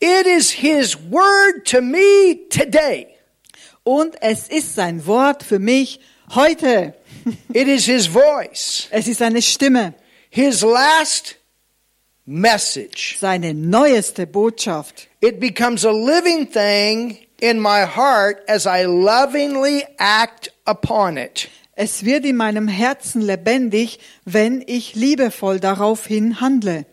Speaker 2: it is His word to me today.
Speaker 1: Und es ist sein Wort für mich heute. [LAUGHS]
Speaker 2: It is His voice,
Speaker 1: Es ist seine Stimme,
Speaker 2: His last message.
Speaker 1: seine neueste Botschaft.
Speaker 2: It becomes a living thing in my heart as I lovingly act upon it.
Speaker 1: Es wird in meinem Herzen lebendig, wenn ich liebevoll daraufhin handle.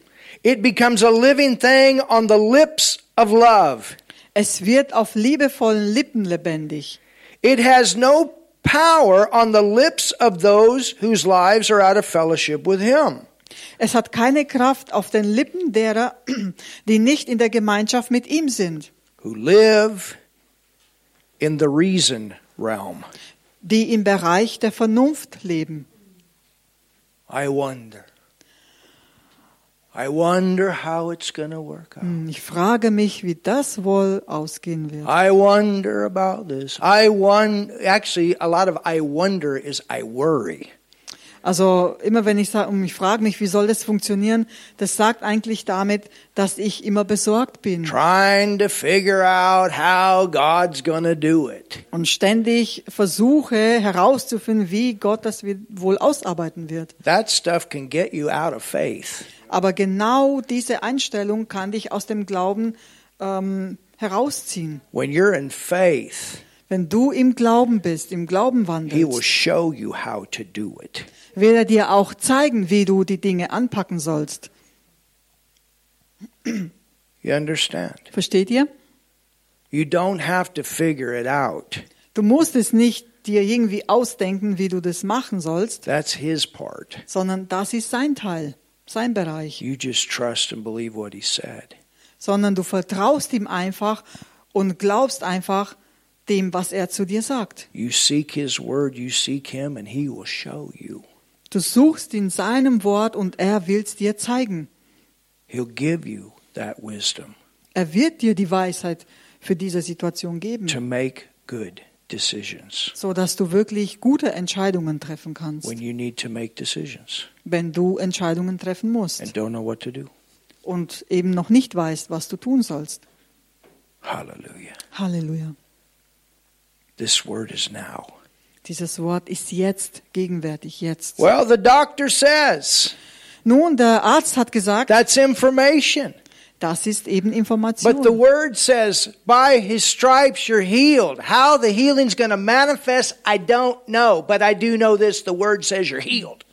Speaker 2: It becomes a living thing on the lips of love.
Speaker 1: Es wird auf liebevollen Lippen lebendig.
Speaker 2: It has no power on the lips of those whose lives are out of fellowship with Him.
Speaker 1: Es hat keine Kraft auf den Lippen derer, [CLEARS THROAT] die nicht in der Gemeinschaft mit ihm sind,
Speaker 2: who live in the reason realm.
Speaker 1: die im Bereich der Vernunft leben.
Speaker 2: I wonder. I wonder how it's going to work out.
Speaker 1: Hm, Ich frage mich, wie das wohl ausgehen wird.
Speaker 2: I wonder about this. I won actually a lot of I wonder is I worry.
Speaker 1: Also immer wenn ich sage, und ich frage mich, wie soll das funktionieren, das sagt eigentlich damit, dass ich immer besorgt bin
Speaker 2: Trying to figure out how God's going to do it.
Speaker 1: und ständig versuche herauszufinden, wie Gott das wi- wohl ausarbeiten wird.
Speaker 2: That stuff can get you out of faith.
Speaker 1: Aber genau diese Einstellung kann dich aus dem Glauben ähm, herausziehen.
Speaker 2: When you're in faith,
Speaker 1: Wenn du im Glauben bist, im Glauben
Speaker 2: He will
Speaker 1: wandelst,
Speaker 2: show you how to do it.
Speaker 1: will er dir auch zeigen, wie du die Dinge anpacken sollst.
Speaker 2: You understand?
Speaker 1: Versteht ihr?
Speaker 2: You don't have to figure it out.
Speaker 1: Du musst es nicht dir irgendwie ausdenken, wie du das machen sollst,
Speaker 2: That's His part.
Speaker 1: sondern das ist sein Teil, sein Bereich.
Speaker 2: You just trust and believe what He said.
Speaker 1: Sondern du vertraust ihm einfach und glaubst einfach dem, was er zu dir sagt.
Speaker 2: You seek His word, you seek Him, and He will show you.
Speaker 1: Du suchst in seinem Wort und er will es dir zeigen.
Speaker 2: He'll give you that wisdom
Speaker 1: Er wird dir die Weisheit für diese Situation geben,
Speaker 2: to make good decisions
Speaker 1: so dass du wirklich gute Entscheidungen treffen kannst,
Speaker 2: when you need to make decisions
Speaker 1: wenn du Entscheidungen treffen
Speaker 2: and
Speaker 1: musst
Speaker 2: don't know what to do.
Speaker 1: und eben noch nicht weißt, was du tun sollst.
Speaker 2: Hallelujah.
Speaker 1: Halleluja.
Speaker 2: This word is now.
Speaker 1: Dieses Wort ist jetzt gegenwärtig, jetzt.
Speaker 2: Well, the doctor says
Speaker 1: Nun, der Arzt hat gesagt,
Speaker 2: that's information.
Speaker 1: das ist eben
Speaker 2: But the
Speaker 1: Information.
Speaker 2: word says, by his stripes you're healed. How the healing's going to manifest, I don't know. But I do know this the word says you're healed.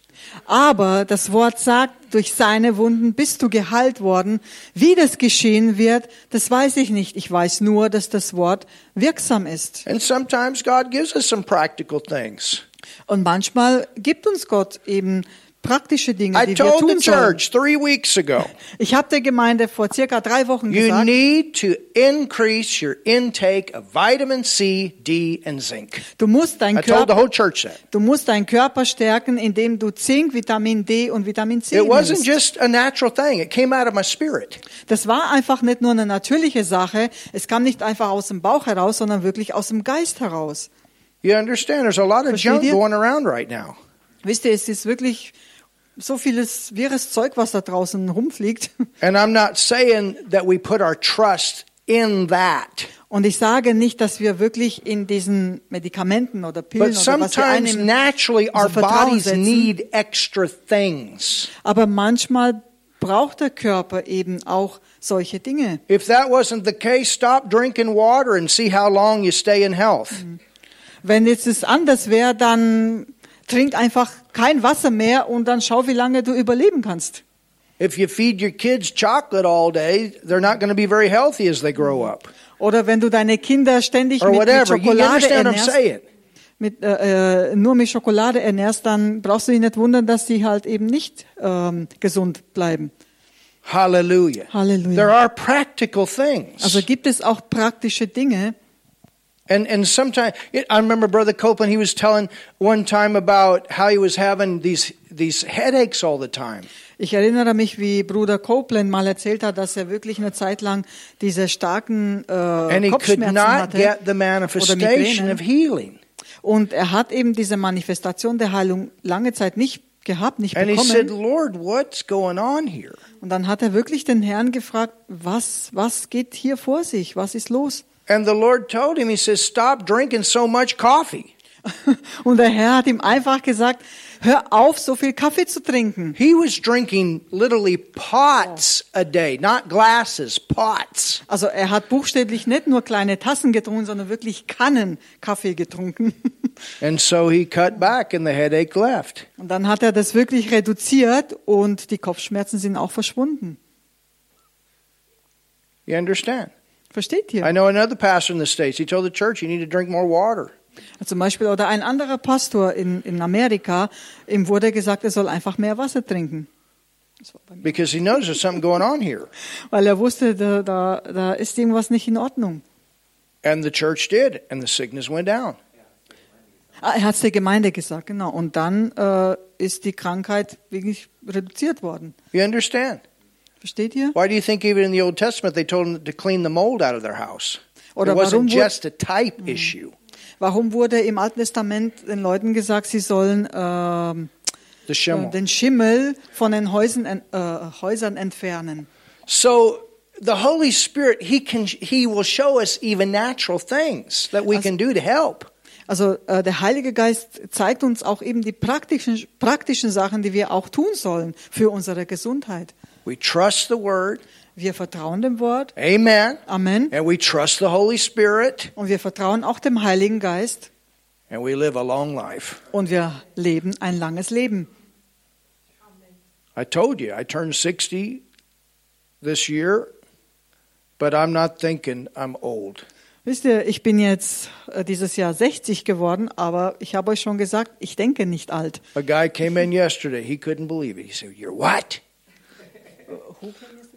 Speaker 1: Aber das Wort sagt, durch seine Wunden bist du geheilt worden. Wie das geschehen wird, das weiß ich nicht. Ich weiß nur, dass das Wort wirksam ist.
Speaker 2: And sometimes God gives us some practical things.
Speaker 1: Und manchmal gibt uns Gott eben praktische Dinge,
Speaker 2: I
Speaker 1: die wir
Speaker 2: told the
Speaker 1: tun sollen.
Speaker 2: church three weeks [LAUGHS] ago,
Speaker 1: Ich habe der Gemeinde vor circa drei Wochen
Speaker 2: you
Speaker 1: gesagt,
Speaker 2: need to increase your intake of vitamin C, D, and zinc.
Speaker 1: du musst deinen
Speaker 2: I told the
Speaker 1: Körper,
Speaker 2: whole church that.
Speaker 1: du musst deinen Körper stärken, indem du Zink, Vitamin D und Vitamin C
Speaker 2: It wasn't
Speaker 1: nimmst.
Speaker 2: just a natural thing, it came out of my spirit.
Speaker 1: Das war einfach nicht nur eine natürliche Sache. Es kam nicht einfach aus dem Bauch heraus, sondern wirklich aus dem Geist heraus.
Speaker 2: You understand? There's a lot of
Speaker 1: Versteht
Speaker 2: junk
Speaker 1: ihr?
Speaker 2: going around right now.
Speaker 1: Wisst ihr, es ist wirklich so vieles wirres Zeug, was da draußen rumfliegt.
Speaker 2: And I'm not saying that we put our trust in that.
Speaker 1: Und ich sage nicht, dass wir wirklich in diesen Medikamenten oder Pillen
Speaker 2: But
Speaker 1: oder was wir
Speaker 2: sometimes
Speaker 1: einnehmen,
Speaker 2: naturally our
Speaker 1: unser Vertrauen
Speaker 2: bodies
Speaker 1: setzen.
Speaker 2: need extra things.
Speaker 1: aber manchmal braucht der Körper eben auch solche Dinge.
Speaker 2: If that wasn't the case, stop drinking water and see how long you stay in health.
Speaker 1: Wenn jetzt es anders wäre, dann trink einfach kein Wasser mehr und dann schau, wie lange du überleben kannst.
Speaker 2: If you feed your kids chocolate all day, they're not going to be very healthy as they grow up
Speaker 1: Oder wenn du deine Kinder ständig
Speaker 2: or
Speaker 1: mit, mit
Speaker 2: whatever. You
Speaker 1: Schokolade
Speaker 2: understand what I'm
Speaker 1: ernährst,
Speaker 2: saying?
Speaker 1: mit, äh, äh, nur mit Schokolade ernährst, dann brauchst du dich nicht wundern, dass sie halt eben nicht ähm, gesund bleiben.
Speaker 2: Hallelujah.
Speaker 1: Hallelujah.
Speaker 2: There are practical things.
Speaker 1: Also gibt es auch praktische Dinge.
Speaker 2: And and sometimes I remember Brother Copeland. He was telling one time about how he was having these these headaches all the time.
Speaker 1: Ich erinnere mich, wie Bruder Copeland mal erzählt hat, dass er wirklich eine Zeit lang diese starken
Speaker 2: And
Speaker 1: äh,
Speaker 2: he could
Speaker 1: Kopfschmerzen
Speaker 2: not
Speaker 1: hatte
Speaker 2: get the
Speaker 1: oder
Speaker 2: manifestation
Speaker 1: Migräne.
Speaker 2: of healing.
Speaker 1: Und er hat eben diese Manifestation der Heilung lange Zeit nicht gehabt, nicht
Speaker 2: And he said,
Speaker 1: bekommen.
Speaker 2: Lord, what's going on here?
Speaker 1: Und dann hat er wirklich den Herrn gefragt, was, was geht hier vor sich? Was ist los? [LAUGHS]
Speaker 2: And the Lord told him, He says, Stop drinking so much coffee.
Speaker 1: Und der Herr hat ihm einfach gesagt, hör auf, so viel Kaffee zu trinken.
Speaker 2: He was drinking literally pots a day, not glasses, pots.
Speaker 1: Also er hat buchstäblich nicht nur kleine Tassen getrunken, sondern wirklich Kannen Kaffee getrunken. [LAUGHS]
Speaker 2: And so he cut back and the headache left.
Speaker 1: Und dann hat er das wirklich reduziert und die Kopfschmerzen sind auch verschwunden.
Speaker 2: You understand?
Speaker 1: Versteht
Speaker 2: I
Speaker 1: ihr?
Speaker 2: know another pastor in the States, he told the church, You need to drink more water.
Speaker 1: Zum Beispiel, oder ein anderer Pastor in, in Amerika, ihm wurde gesagt, er soll einfach mehr Wasser trinken. Das war bei mir.
Speaker 2: because he knows there's something going on here.
Speaker 1: Weil er wusste, da, da, da ist irgendwas nicht in Ordnung.
Speaker 2: And the church did, and the sickness went down.
Speaker 1: Ah, er hat es der Gemeinde gesagt, genau. Und dann äh, ist die Krankheit wirklich reduziert worden.
Speaker 2: You understand?
Speaker 1: Versteht ihr?
Speaker 2: Why do you think even in the Old Testament they told them to clean the mold out of their house?
Speaker 1: Oder
Speaker 2: it wasn't
Speaker 1: warum wurde-
Speaker 2: just a type issue.
Speaker 1: Warum wurde im Alten Testament den Leuten gesagt, sie sollen ähm,
Speaker 2: The Shemel.
Speaker 1: den Schimmel von den Häusern, en- äh, Häusern entfernen?
Speaker 2: so the Holy Spirit, he can, he will show us even natural things that we
Speaker 1: Also-
Speaker 2: can do to help.
Speaker 1: Also äh, der Heilige Geist zeigt uns auch eben die praktischen, praktischen Sachen, die wir auch tun sollen für unsere Gesundheit.
Speaker 2: We trust the Word.
Speaker 1: Wir vertrauen dem Wort.
Speaker 2: Amen.
Speaker 1: Amen.
Speaker 2: And we trust the Holy Spirit
Speaker 1: Und wir vertrauen auch dem Heiligen Geist.
Speaker 2: and we live a long life.
Speaker 1: Und wir leben ein langes Leben.
Speaker 2: I told you, I turned 60 this year, but I'm not thinking I'm old.
Speaker 1: Wisst ihr, ich bin jetzt äh, dieses Jahr 60 geworden, aber ich habe euch schon gesagt, ich denke nicht alt.
Speaker 2: A guy came in yesterday. He couldn't believe it. He said, You're what?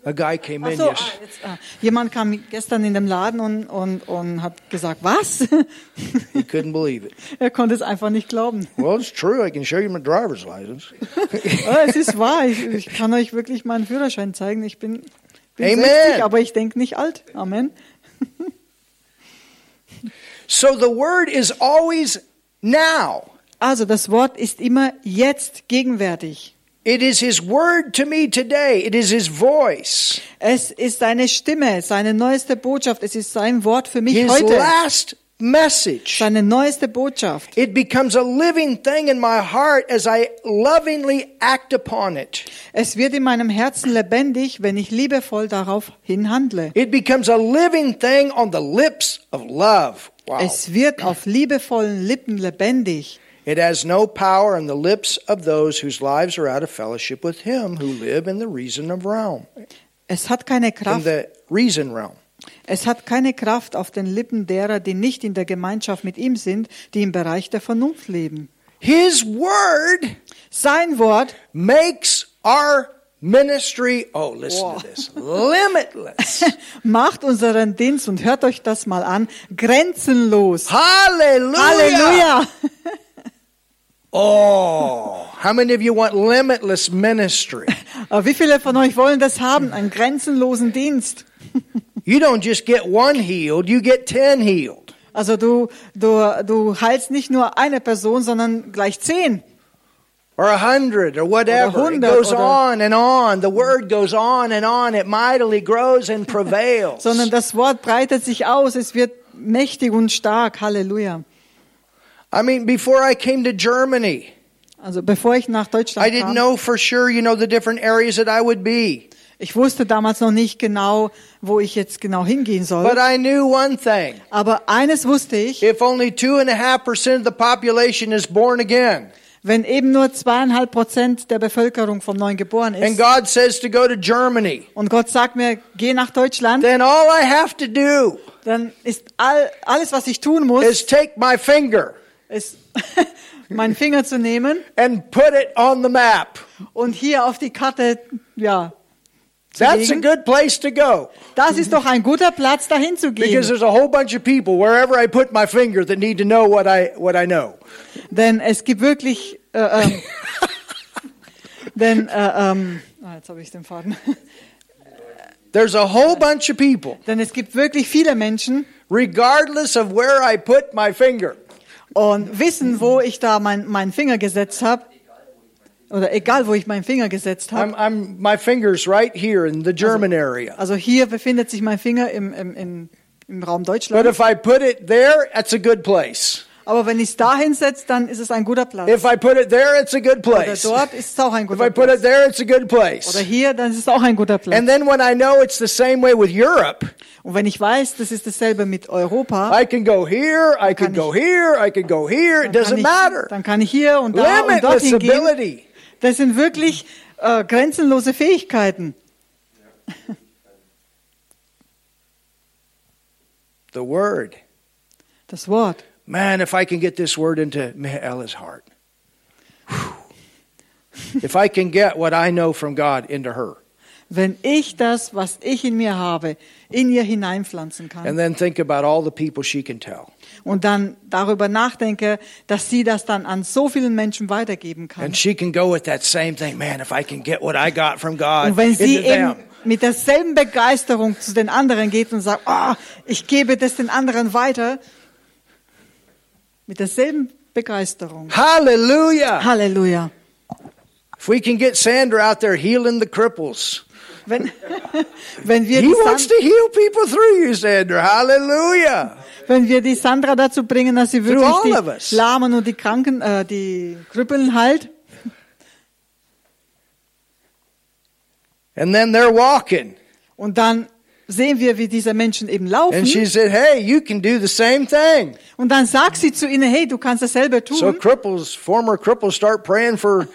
Speaker 2: A guy came
Speaker 1: Ach
Speaker 2: in
Speaker 1: so, ah,
Speaker 2: yesterday.
Speaker 1: jetzt, ah, jemand kam gestern in dem Laden und, und, und hat gesagt, was? [LAUGHS]
Speaker 2: He couldn't believe it.
Speaker 1: er konnte es einfach nicht glauben.
Speaker 2: Well, it's true. I can show you my driver's license.
Speaker 1: Oh, es ist wahr, ich, ich kann euch wirklich meinen Führerschein zeigen. Ich bin, bin
Speaker 2: Amen.
Speaker 1: 60, aber ich denke nicht alt. Amen.
Speaker 2: [LAUGHS] So the word is always now.
Speaker 1: Also das Wort ist immer jetzt gegenwärtig.
Speaker 2: It is his word to me today. It is his voice.
Speaker 1: Es ist seine Stimme, seine neueste Botschaft. Es ist sein Wort für mich
Speaker 2: His
Speaker 1: heute.
Speaker 2: last message.
Speaker 1: Seine neueste Botschaft.
Speaker 2: It becomes a living thing in my heart as I lovingly act upon it.
Speaker 1: Es wird in meinem Herzen lebendig, wenn ich liebevoll darauf hinhandle.
Speaker 2: It becomes a living thing on the lips of love. Wow.
Speaker 1: Es wird auf liebevollen Lippen lebendig.
Speaker 2: It has no power in the lips of those whose lives are out of fellowship with Him, who live in the reason of realm,
Speaker 1: Es hat keine
Speaker 2: in
Speaker 1: Kraft.
Speaker 2: the reason realm.
Speaker 1: Es hat keine Kraft auf den Lippen derer, die nicht in der Gemeinschaft mit ihm sind, die im Bereich der Vernunft leben.
Speaker 2: His word
Speaker 1: Sein Wort,
Speaker 2: makes our ministry. Oh, listen
Speaker 1: Wow.
Speaker 2: to this, limitless.
Speaker 1: macht unseren Dienst und hört euch das mal an, grenzenlos.
Speaker 2: Hallelujah!
Speaker 1: Halleluja!
Speaker 2: Oh, how many of you want limitless ministry?
Speaker 1: Aber Wie viele von euch wollen das haben, einen grenzenlosen Dienst?
Speaker 2: You don't just get one healed; you get ten healed.
Speaker 1: Also du, du, du heilst nicht nur eine Person, sondern gleich zehn.
Speaker 2: or a hundred or whatever.
Speaker 1: Oder 100
Speaker 2: it goes
Speaker 1: oder-
Speaker 2: on and on. The word goes on and on. It mightily grows [LAUGHS] and prevails.
Speaker 1: sondern das Wort breitet sich aus, es wird mächtig und stark. Halleluja.
Speaker 2: I mean, before I came to Germany,
Speaker 1: Also bevor ich nach
Speaker 2: I
Speaker 1: Deutschland
Speaker 2: didn't
Speaker 1: kam,
Speaker 2: know for sure, you know, the different areas that I would be.
Speaker 1: ich wusste damals noch nicht genau, wo ich jetzt genau hingehen
Speaker 2: But
Speaker 1: soll.
Speaker 2: I knew one thing.
Speaker 1: Aber eines wusste ich,
Speaker 2: If only two and a half percent of the population is born again,
Speaker 1: wenn eben nur zweieinhalb Prozent der Bevölkerung vom Neuen geboren
Speaker 2: and
Speaker 1: ist
Speaker 2: God says to go to Germany,
Speaker 1: und Gott sagt mir, geh nach Deutschland,
Speaker 2: then all I have to do
Speaker 1: dann ist all, alles, was ich tun muss,
Speaker 2: is take my finger
Speaker 1: ist [LAUGHS] meinen Finger zu nehmen
Speaker 2: and put it on the map.
Speaker 1: und hier auf die Karte, ja, zu
Speaker 2: That's a
Speaker 1: legen.
Speaker 2: good place to go.
Speaker 1: Das ist doch ein guter Platz, dahin zu gehen.
Speaker 2: Because there's a whole bunch of people wherever I put my finger that need to know what I what I know.
Speaker 1: Denn es gibt wirklich, äh,
Speaker 2: [LAUGHS]
Speaker 1: ähm, denn äh, ähm, ah, jetzt habe ich den Faden.
Speaker 2: There's a whole bunch of people,
Speaker 1: denn es gibt wirklich viele Menschen
Speaker 2: regardless of where I put my finger.
Speaker 1: und wissen, wo ich da mein, meinen Finger gesetzt habe oder egal, wo ich meinen Finger gesetzt
Speaker 2: I'm,
Speaker 1: habe.
Speaker 2: I'm my fingers right here in the German area.
Speaker 1: Also hier befindet sich mein Finger im, im, im, im Raum
Speaker 2: But
Speaker 1: Deutschland.
Speaker 2: if I put it there, that's a good place.
Speaker 1: Aber wenn ich es da hinsetze, dann ist es ein guter Platz.
Speaker 2: If I put it there, it's a good
Speaker 1: Oder
Speaker 2: place. If
Speaker 1: dort ist es auch ein
Speaker 2: I
Speaker 1: guter
Speaker 2: put
Speaker 1: Platz.
Speaker 2: it there, it's a good
Speaker 1: Oder
Speaker 2: place.
Speaker 1: hier, dann ist es auch ein guter
Speaker 2: And
Speaker 1: Platz.
Speaker 2: then when I know it's the same way with Europe,
Speaker 1: Und wenn ich weiß, das ist dasselbe mit Europa,
Speaker 2: I can go here, I can go here, I can go here. It
Speaker 1: Dann kann
Speaker 2: doesn't
Speaker 1: ich-
Speaker 2: matter.
Speaker 1: Dann kann ich hier und da und
Speaker 2: Limitless
Speaker 1: dorthin gehen.
Speaker 2: ability.
Speaker 1: Das sind wirklich äh, grenzenlose Fähigkeiten.
Speaker 2: The word.
Speaker 1: Das Wort.
Speaker 2: Man, if I can get this word into Mihaela's heart. Whew. if I can get what I know from God into her.
Speaker 1: Wenn ich das, was ich in mir habe, in ihr hineinpflanzen
Speaker 2: And
Speaker 1: kann
Speaker 2: then think about all the people she can tell.
Speaker 1: und dann darüber nachdenke, dass sie das dann an so vielen Menschen weitergeben kann.
Speaker 2: And she can go with that same thing. Man, if I can get what I got from God
Speaker 1: Und wenn
Speaker 2: into
Speaker 1: sie eben
Speaker 2: them.
Speaker 1: mit derselben Begeisterung zu den anderen geht und sagt, oh, ich gebe das den anderen weiter, mit derselben Begeisterung.
Speaker 2: Hallelujah.
Speaker 1: Halleluja.
Speaker 2: If we can get Sandra out there healing the cripples.
Speaker 1: Wenn, [LAUGHS] wenn wir
Speaker 2: He
Speaker 1: die
Speaker 2: wants
Speaker 1: Sand-
Speaker 2: to heal people through you, Sandra. Hallelujah.
Speaker 1: Wenn wir die Sandra dazu bringen, dass sie
Speaker 2: all of
Speaker 1: wirklich
Speaker 2: us.
Speaker 1: die Lahmen und die Kranken, äh, die Krüppeln heilt,
Speaker 2: And then they're walking.
Speaker 1: Und dann sehen wir, wie diese Menschen eben
Speaker 2: And
Speaker 1: laufen.
Speaker 2: she said, Hey, you can do the same thing.
Speaker 1: Und dann sagt sie zu ihnen, hey, du kannst dasselbe
Speaker 2: So
Speaker 1: tun.
Speaker 2: cripples, former cripples, start praying for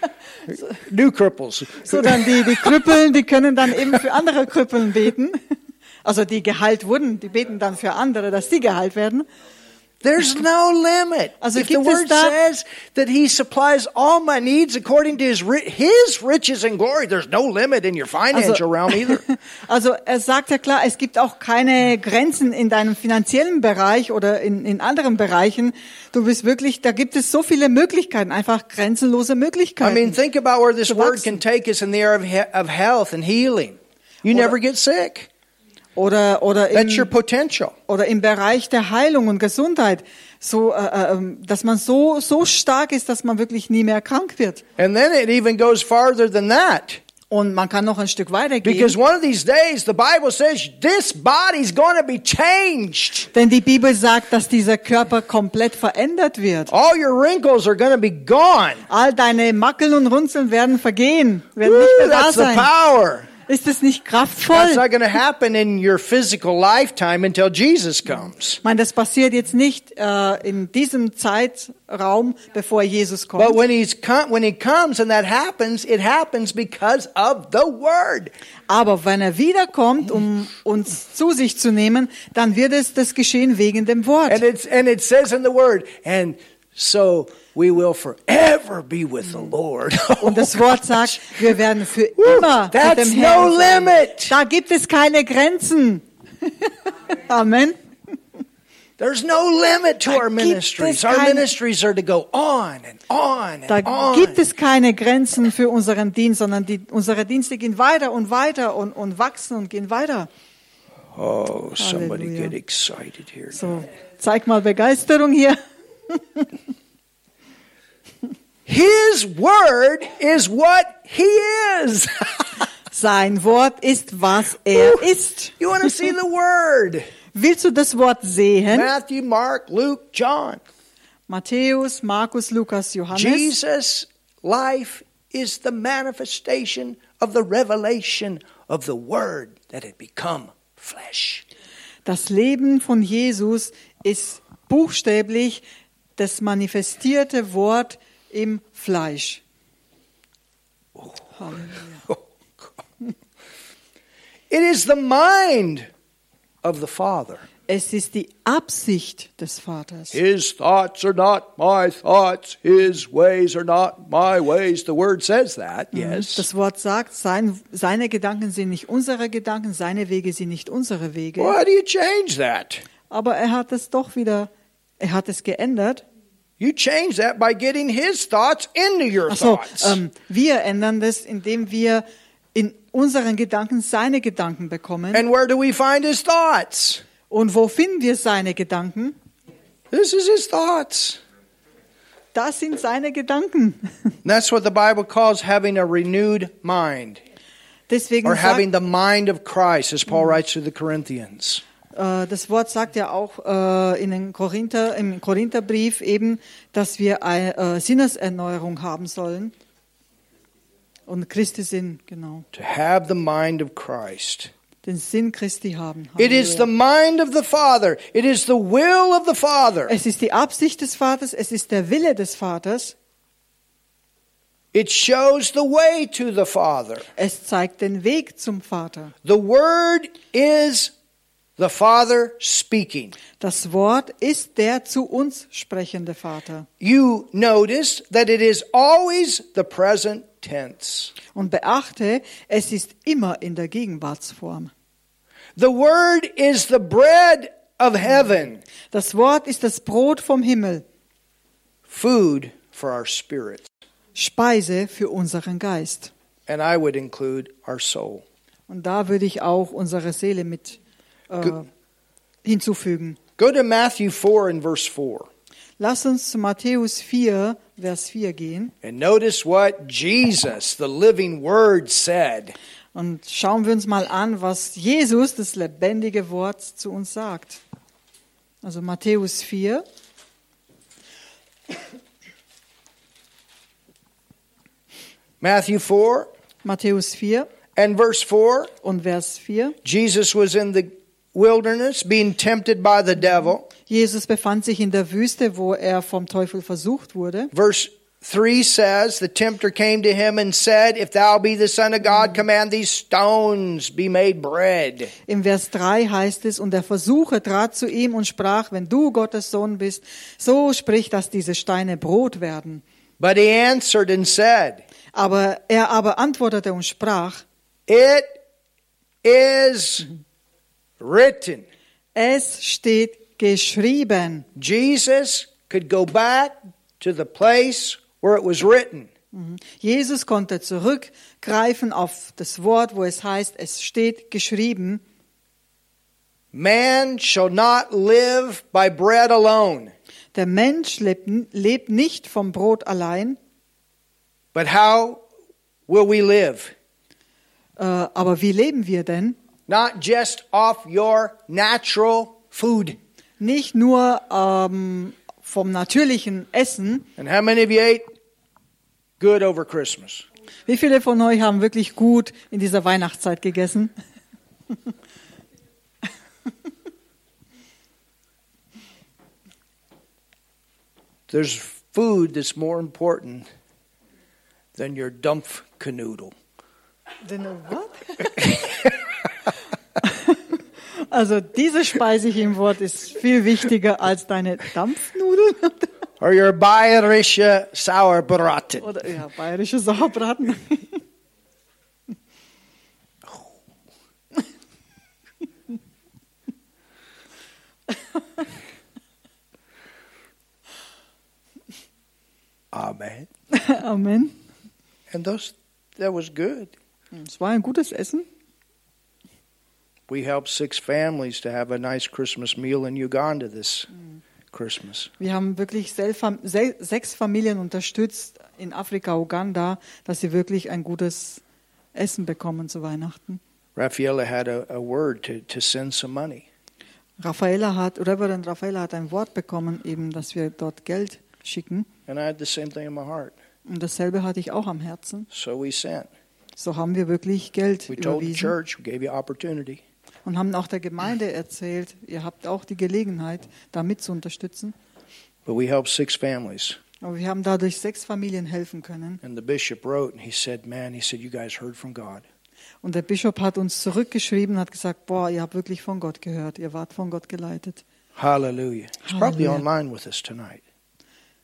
Speaker 2: new cripples.
Speaker 1: So dann die, die Krüppeln, die können dann eben für andere Krüppeln beten. Also die geheilt wurden, die beten dann für andere, dass die geheilt werden.
Speaker 2: There's no limit.
Speaker 1: Also
Speaker 2: if the
Speaker 1: gibt es
Speaker 2: word
Speaker 1: da-
Speaker 2: says that he supplies all my needs according to his, ri- his riches and glory, there's no limit in your financial realm either.
Speaker 1: [LAUGHS] also er sagt ja klar, es gibt auch keine Grenzen in deinem finanziellen Bereich oder in, in anderen Bereichen. Du bist wirklich, da gibt es so viele Möglichkeiten, einfach grenzenlose
Speaker 2: I
Speaker 1: Möglichkeiten.
Speaker 2: mean, think about where this
Speaker 1: So
Speaker 2: word
Speaker 1: what's-
Speaker 2: can take us in the area of, he- of health and healing. You
Speaker 1: Well,
Speaker 2: never get sick.
Speaker 1: oder oder
Speaker 2: That's your
Speaker 1: im,
Speaker 2: potential.
Speaker 1: oder im Bereich der Heilung und Gesundheit, so äh, ähm, dass man so so stark ist, dass man wirklich nie mehr krank wird.
Speaker 2: And then it even goes farther than that.
Speaker 1: Und man kann noch ein Stück weitergehen.
Speaker 2: Because one of these days, the Bible says this body's going to be changed.
Speaker 1: denn die Bibel sagt, dass dieser Körper komplett verändert wird.
Speaker 2: All your wrinkles are going to be gone.
Speaker 1: All deine Makeln und Runzeln werden vergehen, werden
Speaker 2: Woo,
Speaker 1: nicht mehr da
Speaker 2: that's the
Speaker 1: sein.
Speaker 2: power.
Speaker 1: Ist es nicht
Speaker 2: That's
Speaker 1: kraftvoll?
Speaker 2: not going to happen in your physical lifetime until Jesus comes.
Speaker 1: Ich meine, das passiert jetzt nicht äh, in diesem Zeitraum, bevor Jesus
Speaker 2: But
Speaker 1: kommt.
Speaker 2: when he's com- when he comes and that happens, it happens because of the word.
Speaker 1: Aber wenn er wiederkommt, um uns zu sich zu nehmen, dann wird es das geschehen wegen dem
Speaker 2: And
Speaker 1: Wort.
Speaker 2: it's and it says in the word, and so we will forever be with the Lord. [LAUGHS]
Speaker 1: Und das Wort sagt, wir werden für
Speaker 2: Oh Woo,
Speaker 1: immer mit
Speaker 2: that's
Speaker 1: dem Herrn
Speaker 2: no
Speaker 1: sein.
Speaker 2: limit.
Speaker 1: Da gibt es keine
Speaker 2: [LAUGHS]
Speaker 1: Grenzen. Amen.
Speaker 2: There's no limit to
Speaker 1: Da
Speaker 2: our
Speaker 1: gibt es
Speaker 2: ministries. Our
Speaker 1: keine-
Speaker 2: ministries are to go on and on and
Speaker 1: Da
Speaker 2: on.
Speaker 1: gibt es keine Grenzen für unseren Dienst, sondern die, unsere Dienste gehen weiter und weiter und, und wachsen und gehen weiter.
Speaker 2: oh, somebody
Speaker 1: Hallelujah.
Speaker 2: get excited here.
Speaker 1: So, zeig mal Begeisterung hier.
Speaker 2: His word is what he is. [LAUGHS]
Speaker 1: Sein Wort ist, was er ist.
Speaker 2: you want to see the word?
Speaker 1: Willst du das Wort sehen?
Speaker 2: Matthew, Mark, Luke, John.
Speaker 1: Matthäus, Markus, Lukas, Johannes.
Speaker 2: Jesus' life is the manifestation of the revelation of the word that had become flesh.
Speaker 1: Das Leben von Jesus ist buchstäblich das manifestierte Wort im Fleisch.
Speaker 2: It is the mind of the Father.
Speaker 1: Es ist die Absicht des Vaters.
Speaker 2: His thoughts are not my thoughts. His ways are not my ways. The word says that, yes.
Speaker 1: Das Wort sagt, sein, seine Gedanken sind nicht unsere Gedanken, seine Wege sind nicht unsere Wege.
Speaker 2: Why do you change that?
Speaker 1: Aber er hat es doch wieder, er hat es geändert.
Speaker 2: You change that by getting his thoughts into your
Speaker 1: Also
Speaker 2: thoughts.
Speaker 1: ähm, wir ändern das, indem wir in unseren Gedanken seine Gedanken bekommen.
Speaker 2: and where do we find his thoughts?
Speaker 1: Und wo finden wir seine Gedanken?
Speaker 2: This is his thoughts.
Speaker 1: Das sind seine Gedanken. [LAUGHS]
Speaker 2: And that's what the Bible calls having a renewed mind
Speaker 1: Deswegen
Speaker 2: or having
Speaker 1: sagt,
Speaker 2: the mind of Christ, as Paul writes to the Corinthians.
Speaker 1: äh, das Wort sagt ja auch äh, in den Korinther, im Korintherbrief eben, dass wir eine äh, Sinneserneuerung haben sollen. Und Christi Sinn, genau.
Speaker 2: To have the mind of Christ.
Speaker 1: Den Sinn Christi haben.
Speaker 2: It is the
Speaker 1: Halleluja.
Speaker 2: mind of the Father. It is the will of the Father.
Speaker 1: Es ist die Absicht des Vaters, es ist der Wille des Vaters.
Speaker 2: It shows the way to the Father.
Speaker 1: Es zeigt den Weg zum Vater.
Speaker 2: The Word is the Father speaking.
Speaker 1: Das Wort ist der zu uns sprechende Vater.
Speaker 2: You notice that it is always the present tense.
Speaker 1: Und beachte, es ist immer in der Gegenwartsform.
Speaker 2: The Word is the bread of heaven,
Speaker 1: Das Wort ist das Brot vom Himmel,
Speaker 2: food for our spirit.
Speaker 1: Speise für unseren Geist.
Speaker 2: And I would include our soul.
Speaker 1: Und da würde ich auch unsere Seele mit äh,
Speaker 2: Ge-
Speaker 1: hinzufügen.
Speaker 2: Go to Matthew 4 and verse 4
Speaker 1: Lass uns zu Matthäus 4, Vers 4 gehen
Speaker 2: and notice what Jesus, the living Word, said.
Speaker 1: und schauen wir uns mal an, was Jesus, das lebendige Wort, zu uns sagt. Also Matthäus 4,
Speaker 2: Matthew 4
Speaker 1: Matthäus 4,
Speaker 2: And verse 4
Speaker 1: Und Vers 4.
Speaker 2: Jesus was in the wilderness being tempted by the devil.
Speaker 1: Jesus befand sich in der Wüste, wo er vom Teufel versucht wurde.
Speaker 2: Verse 3 says, The tempter came to him and said, If thou be the Son of God, command these stones be made bread.
Speaker 1: Im Vers 3 heißt es, und der Versucher trat zu ihm und sprach, wenn du Gottes Sohn bist, so sprich, dass diese Steine Brot werden.
Speaker 2: But he answered and said,
Speaker 1: Aber er aber antwortete und sprach,
Speaker 2: It is written.
Speaker 1: es steht geschrieben.
Speaker 2: Jesus could go back to the place where it was written.
Speaker 1: Mhm. Jesus konnte zurückgreifen auf das Wort, wo es heißt, es steht geschrieben.
Speaker 2: Man shall not live by bread alone,
Speaker 1: Der Mensch lebt, lebt nicht vom Brot allein,
Speaker 2: but how will we live?
Speaker 1: äh, aber wie leben wir denn?
Speaker 2: Not just off your natural food.
Speaker 1: Nicht nur ähm, vom natürlichen Essen.
Speaker 2: And how many of you ate good over Christmas?
Speaker 1: Wie viele von euch haben wirklich gut in dieser Weihnachtszeit gegessen?
Speaker 2: There's food that's more important than your Dumpfknoodle.
Speaker 1: Denn what? [LAUGHS] Also diese Speise hier im Wort ist viel wichtiger als deine Dampfnudeln [LAUGHS]
Speaker 2: Or your Bayerische Sauerbraten.
Speaker 1: oder ja, bayerische Sauerbraten. [LAUGHS]
Speaker 2: Amen.
Speaker 1: Amen. Hm,
Speaker 2: And those, that was good.
Speaker 1: Es war ein gutes Essen.
Speaker 2: We helped six families to have a nice Christmas meal in Uganda this Christmas.
Speaker 1: Wir haben wirklich sel- fam- se- sechs Familien unterstützt in Afrika, Uganda, dass sie wirklich ein gutes Essen bekommen zu Weihnachten.
Speaker 2: Rafaela had a, a word to, to send some money.
Speaker 1: Raffaella hat, Reverend Raffaella hat ein Wort bekommen, eben, dass wir dort Geld schicken.
Speaker 2: And I had the same thing in my heart.
Speaker 1: Und dasselbe hatte ich auch am Herzen.
Speaker 2: So we sent.
Speaker 1: So haben wir wirklich Geld
Speaker 2: We told the
Speaker 1: überwiesen
Speaker 2: church, we gave you opportunity.
Speaker 1: und haben auch der Gemeinde erzählt, ihr habt auch die Gelegenheit, da mit zu unterstützen.
Speaker 2: But we helped six families.
Speaker 1: Aber wir haben dadurch sechs Familien helfen können.
Speaker 2: And the bishop wrote and he said, Man, he said, you guys heard from God.
Speaker 1: Und der Bischof hat uns zurückgeschrieben und hat gesagt, boah, ihr habt wirklich von Gott gehört, ihr wart von Gott geleitet.
Speaker 2: Hallelujah. He's probably
Speaker 1: Hallelujah.
Speaker 2: online with us tonight. love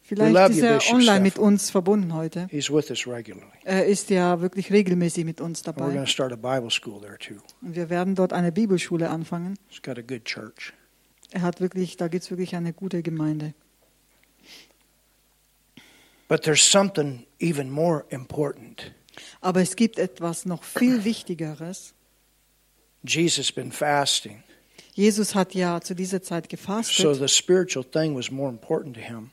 Speaker 1: Vielleicht ist
Speaker 2: you,
Speaker 1: er
Speaker 2: Bishop
Speaker 1: online mit
Speaker 2: Stefan.
Speaker 1: uns verbunden heute.
Speaker 2: He's with us regularly.
Speaker 1: Er ist ja wirklich regelmäßig mit uns
Speaker 2: And we're
Speaker 1: dabei.
Speaker 2: going to start a Bible school there too.
Speaker 1: Und wir werden dort eine Bibelschule anfangen.
Speaker 2: It's got a good church.
Speaker 1: Er hat wirklich, da gibt es wirklich eine gute Gemeinde.
Speaker 2: But there's something even more important.
Speaker 1: Aber es gibt etwas noch viel Wichtigeres.
Speaker 2: Jesus been fasting.
Speaker 1: Jesus hat ja zu dieser Zeit
Speaker 2: So
Speaker 1: gefastet.
Speaker 2: the spiritual thing was more important to him.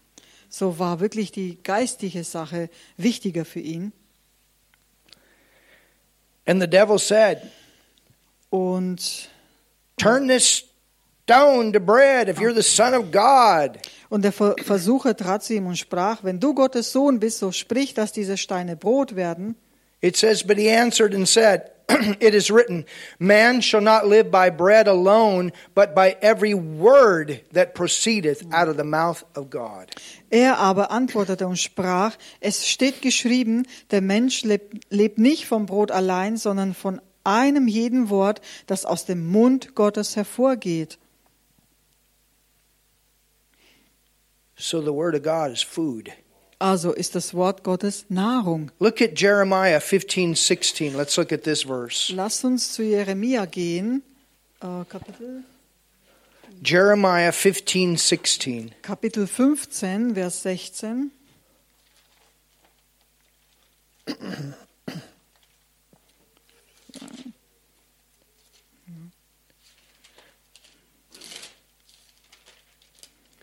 Speaker 1: So war wirklich die geistige Sache wichtiger für ihn.
Speaker 2: And the devil said,
Speaker 1: Und,
Speaker 2: Turn this stone to bread if you're the Son of God.
Speaker 1: und der Ver Versucher trat zu ihm und sprach, wenn du Gottes Sohn bist, so sprich, dass diese Steine Brot werden.
Speaker 2: It says, But he answered and said, [CLEARS THROAT] It is written, Man shall not live by bread alone, but by every word that proceedeth out of the mouth of God.
Speaker 1: Er aber antwortete und sprach, es steht geschrieben, der Mensch lebt, lebt nicht vom Brot allein, sondern von einem jeden Wort, das aus dem Mund Gottes hervorgeht.
Speaker 2: So the word of God is food.
Speaker 1: Also ist das Wort Gottes Nahrung.
Speaker 2: Look at Jeremiah 15, 16. Let's look at this verse.
Speaker 1: Lasst uns zu Jeremia gehen, äh, Kapitel,
Speaker 2: Jeremiah 15, 16.
Speaker 1: Kapitel 15, Vers 16.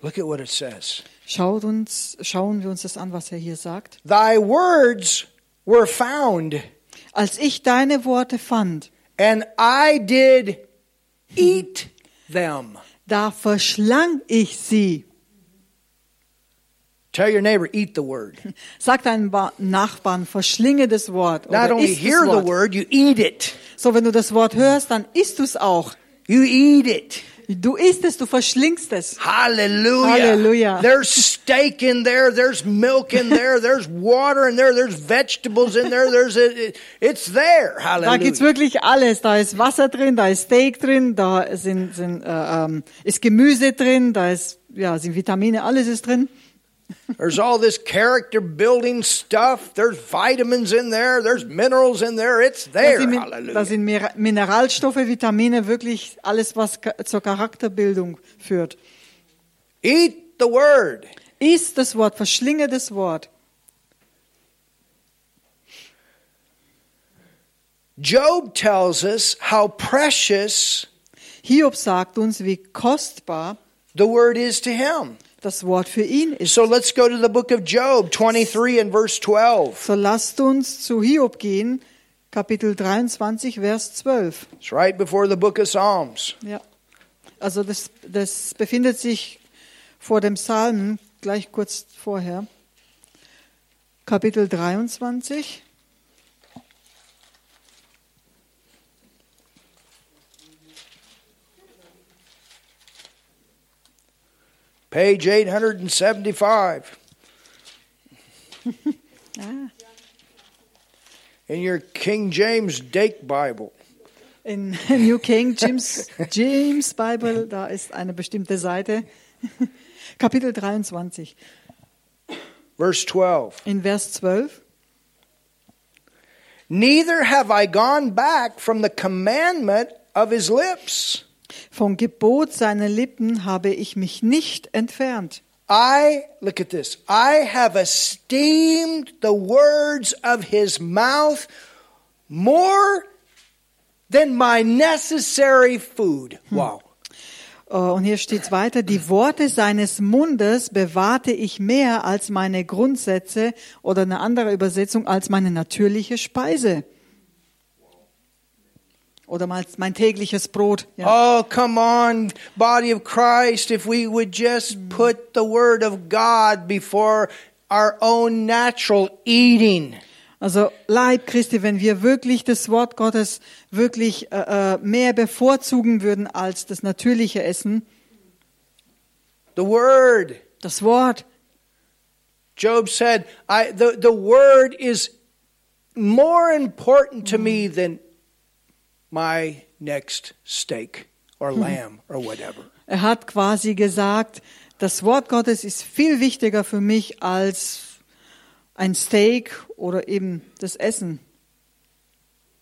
Speaker 2: Look at what it says.
Speaker 1: Schaut uns, schauen wir uns das an, was er hier sagt.
Speaker 2: Thy words were found,
Speaker 1: Als ich deine Worte fand,
Speaker 2: and I did eat them.
Speaker 1: da verschlang ich sie.
Speaker 2: Tell your neighbor, eat the word.
Speaker 1: Sag deinem ba Nachbarn, verschlinge das Wort.
Speaker 2: Not
Speaker 1: Oder
Speaker 2: only
Speaker 1: isst
Speaker 2: hear
Speaker 1: das
Speaker 2: the
Speaker 1: Wort.
Speaker 2: word, you eat it.
Speaker 1: So, wenn du das Wort hörst, dann isst du es auch.
Speaker 2: You eat it.
Speaker 1: Du isst es, du verschlingst es.
Speaker 2: Hallelujah.
Speaker 1: Hallelujah.
Speaker 2: There's steak in there, there's milk in there, there's water in there, there's vegetables in there, there's it, it's there.
Speaker 1: Da gibt's
Speaker 2: Hallelujah.
Speaker 1: wirklich alles. Da ist Wasser drin, da ist Steak drin, da sind, sind, äh, ähm, ist Gemüse drin, da ist, ja, sind Vitamine, alles ist drin.
Speaker 2: There's all this character building stuff. There's vitamins in there, there's minerals in there. It's
Speaker 1: Da
Speaker 2: there.
Speaker 1: sind, Min- da
Speaker 2: Hallelujah.
Speaker 1: sind Mira- Mineralstoffe, Vitamine, wirklich alles, was ka zur Charakterbildung führt.
Speaker 2: Eat the word.
Speaker 1: Isst das Wort, verschlinge das Wort.
Speaker 2: Job tells us how precious
Speaker 1: Hiob sagt uns, wie kostbar
Speaker 2: the word is to him.
Speaker 1: das Wort für ihn ist.
Speaker 2: So let's go to the book of Job 23 and verse 12.
Speaker 1: So lasst uns zu Hiob gehen, Kapitel 23, Vers 12.
Speaker 2: It's right before the book of Psalms.
Speaker 1: Ja. Also das, das befindet sich vor dem Psalmen, gleich kurz vorher. Kapitel 23.
Speaker 2: page 875. In your King James Dake Bible.
Speaker 1: In [LAUGHS] New King James, James Bible, da ist eine bestimmte Seite. [LAUGHS] Kapitel 23,
Speaker 2: Verse 12.
Speaker 1: in Vers 12.
Speaker 2: Neither have I gone back from the commandment of his lips.
Speaker 1: Vom Gebot seiner Lippen habe ich mich nicht entfernt.
Speaker 2: I, look at this, I have esteemed the words of his mouth more than my necessary food. Wow.
Speaker 1: Äh, Und hier steht's weiter, die Worte seines Mundes bewahrte ich mehr als meine Grundsätze oder eine andere Übersetzung als meine natürliche Speise. Oder mal als mein tägliches Brot. Ja.
Speaker 2: Oh, come on, body of Christ, if we would just put the word of God before our own natural eating.
Speaker 1: Also Leib Christi, wenn wir wirklich das Wort Gottes wirklich äh, äh, mehr bevorzugen würden als das natürliche Essen,
Speaker 2: The word.
Speaker 1: das Wort.
Speaker 2: Job said, I the, the word is more important to me than my next steak or lamb or whatever.
Speaker 1: Er hat quasi gesagt, das Wort Gottes ist viel wichtiger für mich als ein Steak oder eben das Essen,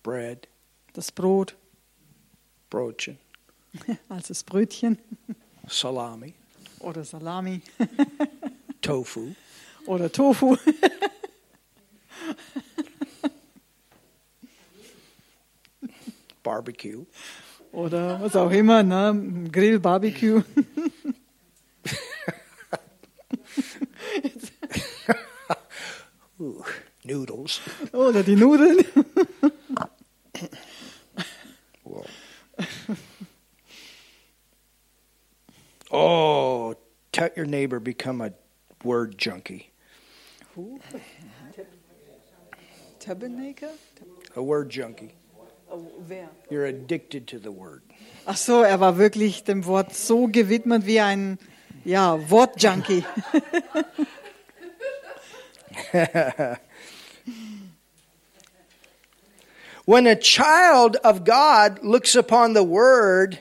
Speaker 2: Bread,
Speaker 1: das Brot,
Speaker 2: brochen,
Speaker 1: als das Brötchen
Speaker 2: salami,
Speaker 1: oder Salami
Speaker 2: tofu.
Speaker 1: oder Tofu.
Speaker 2: Barbecue.
Speaker 1: Oder was auch immer, ne? Grill, Barbecue.
Speaker 2: Ooh, noodles.
Speaker 1: Oder die Nudeln.
Speaker 2: [LAUGHS] Oh, tell your neighbor become a word junkie.
Speaker 1: Tabernacl?
Speaker 2: A word junkie.
Speaker 1: Oh, wer?
Speaker 2: You're addicted to the word.
Speaker 1: Ach so, er war wirklich dem Wort so gewidmet wie ein ja, Wortjunkie.
Speaker 2: When a child of God looks upon the word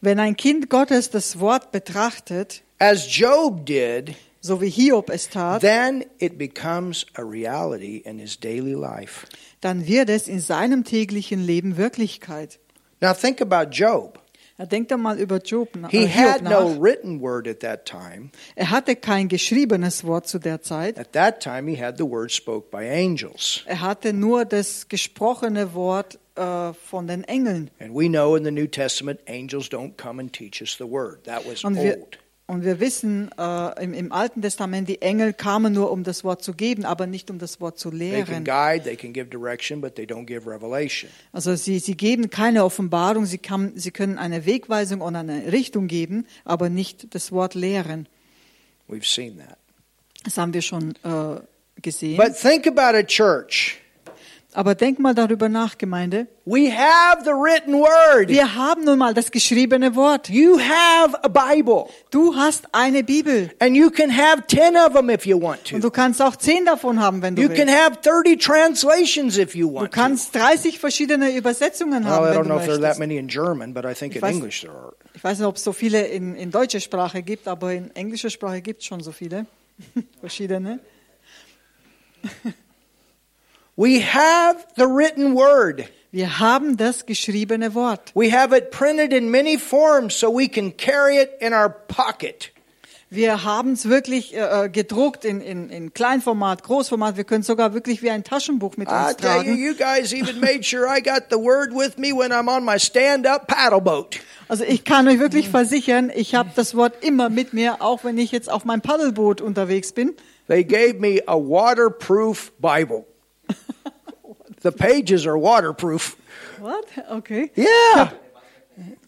Speaker 1: Wenn ein Kind Gottes das Wort betrachtet,
Speaker 2: as Job did,
Speaker 1: so wie Hiob es tat,
Speaker 2: then it becomes a reality in his daily life.
Speaker 1: dann wird es in seinem täglichen Leben Wirklichkeit.
Speaker 2: Now think about Job.
Speaker 1: Ja, Denk da mal über Job, na,
Speaker 2: He
Speaker 1: äh, Hiob
Speaker 2: had no
Speaker 1: nach.
Speaker 2: written word at that time.
Speaker 1: Er hatte kein geschriebenes Wort zu der Zeit.
Speaker 2: At that time he had the word spoke by angels.
Speaker 1: Er hatte nur das gesprochene Wort äh, von den Engeln.
Speaker 2: And we know in the New Testament angels don't come and teach us the word. That was
Speaker 1: Und wir,
Speaker 2: old.
Speaker 1: und wir wissen äh, im, im Alten Testament, die Engel kamen nur, um das Wort zu geben, aber nicht um das Wort zu
Speaker 2: They can
Speaker 1: lehren.
Speaker 2: guide, they can give direction, but they don't give revelation.
Speaker 1: Also sie, sie geben keine Offenbarung, sie, kann, sie können eine Wegweisung und eine Richtung geben, aber nicht das Wort lehren.
Speaker 2: We've seen that.
Speaker 1: Das haben wir schon äh, gesehen.
Speaker 2: But think about a church.
Speaker 1: Aber denk mal darüber nach, Gemeinde.
Speaker 2: We have the written word.
Speaker 1: Wir haben nun mal das geschriebene Wort.
Speaker 2: You have a Bible,
Speaker 1: Du hast eine Bibel.
Speaker 2: and you can have 10 of them if you want
Speaker 1: Und
Speaker 2: to.
Speaker 1: du kannst auch zehn davon haben, wenn du
Speaker 2: You can
Speaker 1: willst.
Speaker 2: have 30 translations if you
Speaker 1: Du
Speaker 2: want to.
Speaker 1: kannst 30 verschiedene Übersetzungen
Speaker 2: Well,
Speaker 1: haben,
Speaker 2: I
Speaker 1: wenn
Speaker 2: don't
Speaker 1: du
Speaker 2: know if there are that
Speaker 1: möchtest.
Speaker 2: many in German, but I think in
Speaker 1: weiß-
Speaker 2: English there are.
Speaker 1: Ich weiß nicht, ob es so viele in, in deutscher Sprache gibt, aber in englischer Sprache gibt es schon so viele [LAUGHS] verschiedene.
Speaker 2: We have the written word.
Speaker 1: Wir haben das geschriebene Wort.
Speaker 2: We have it printed in many forms so we can carry it in our pocket.
Speaker 1: Wir haben es wirklich äh, äh, gedruckt in, in, in Kleinformat, Großformat. Wir können sogar wirklich wie ein Taschenbuch mit
Speaker 2: I
Speaker 1: uns
Speaker 2: tell Ah, you,
Speaker 1: tragen.
Speaker 2: you guys even made sure I got the word with me when I'm on my stand up paddle boat.
Speaker 1: Also ich kann euch wirklich versichern, ich habe das Wort immer mit mir, auch wenn ich jetzt auf meinem Paddelboot unterwegs bin.
Speaker 2: They gave me a waterproof [LAUGHS] Bible. the pages are waterproof.
Speaker 1: What? Okay.
Speaker 2: Yeah.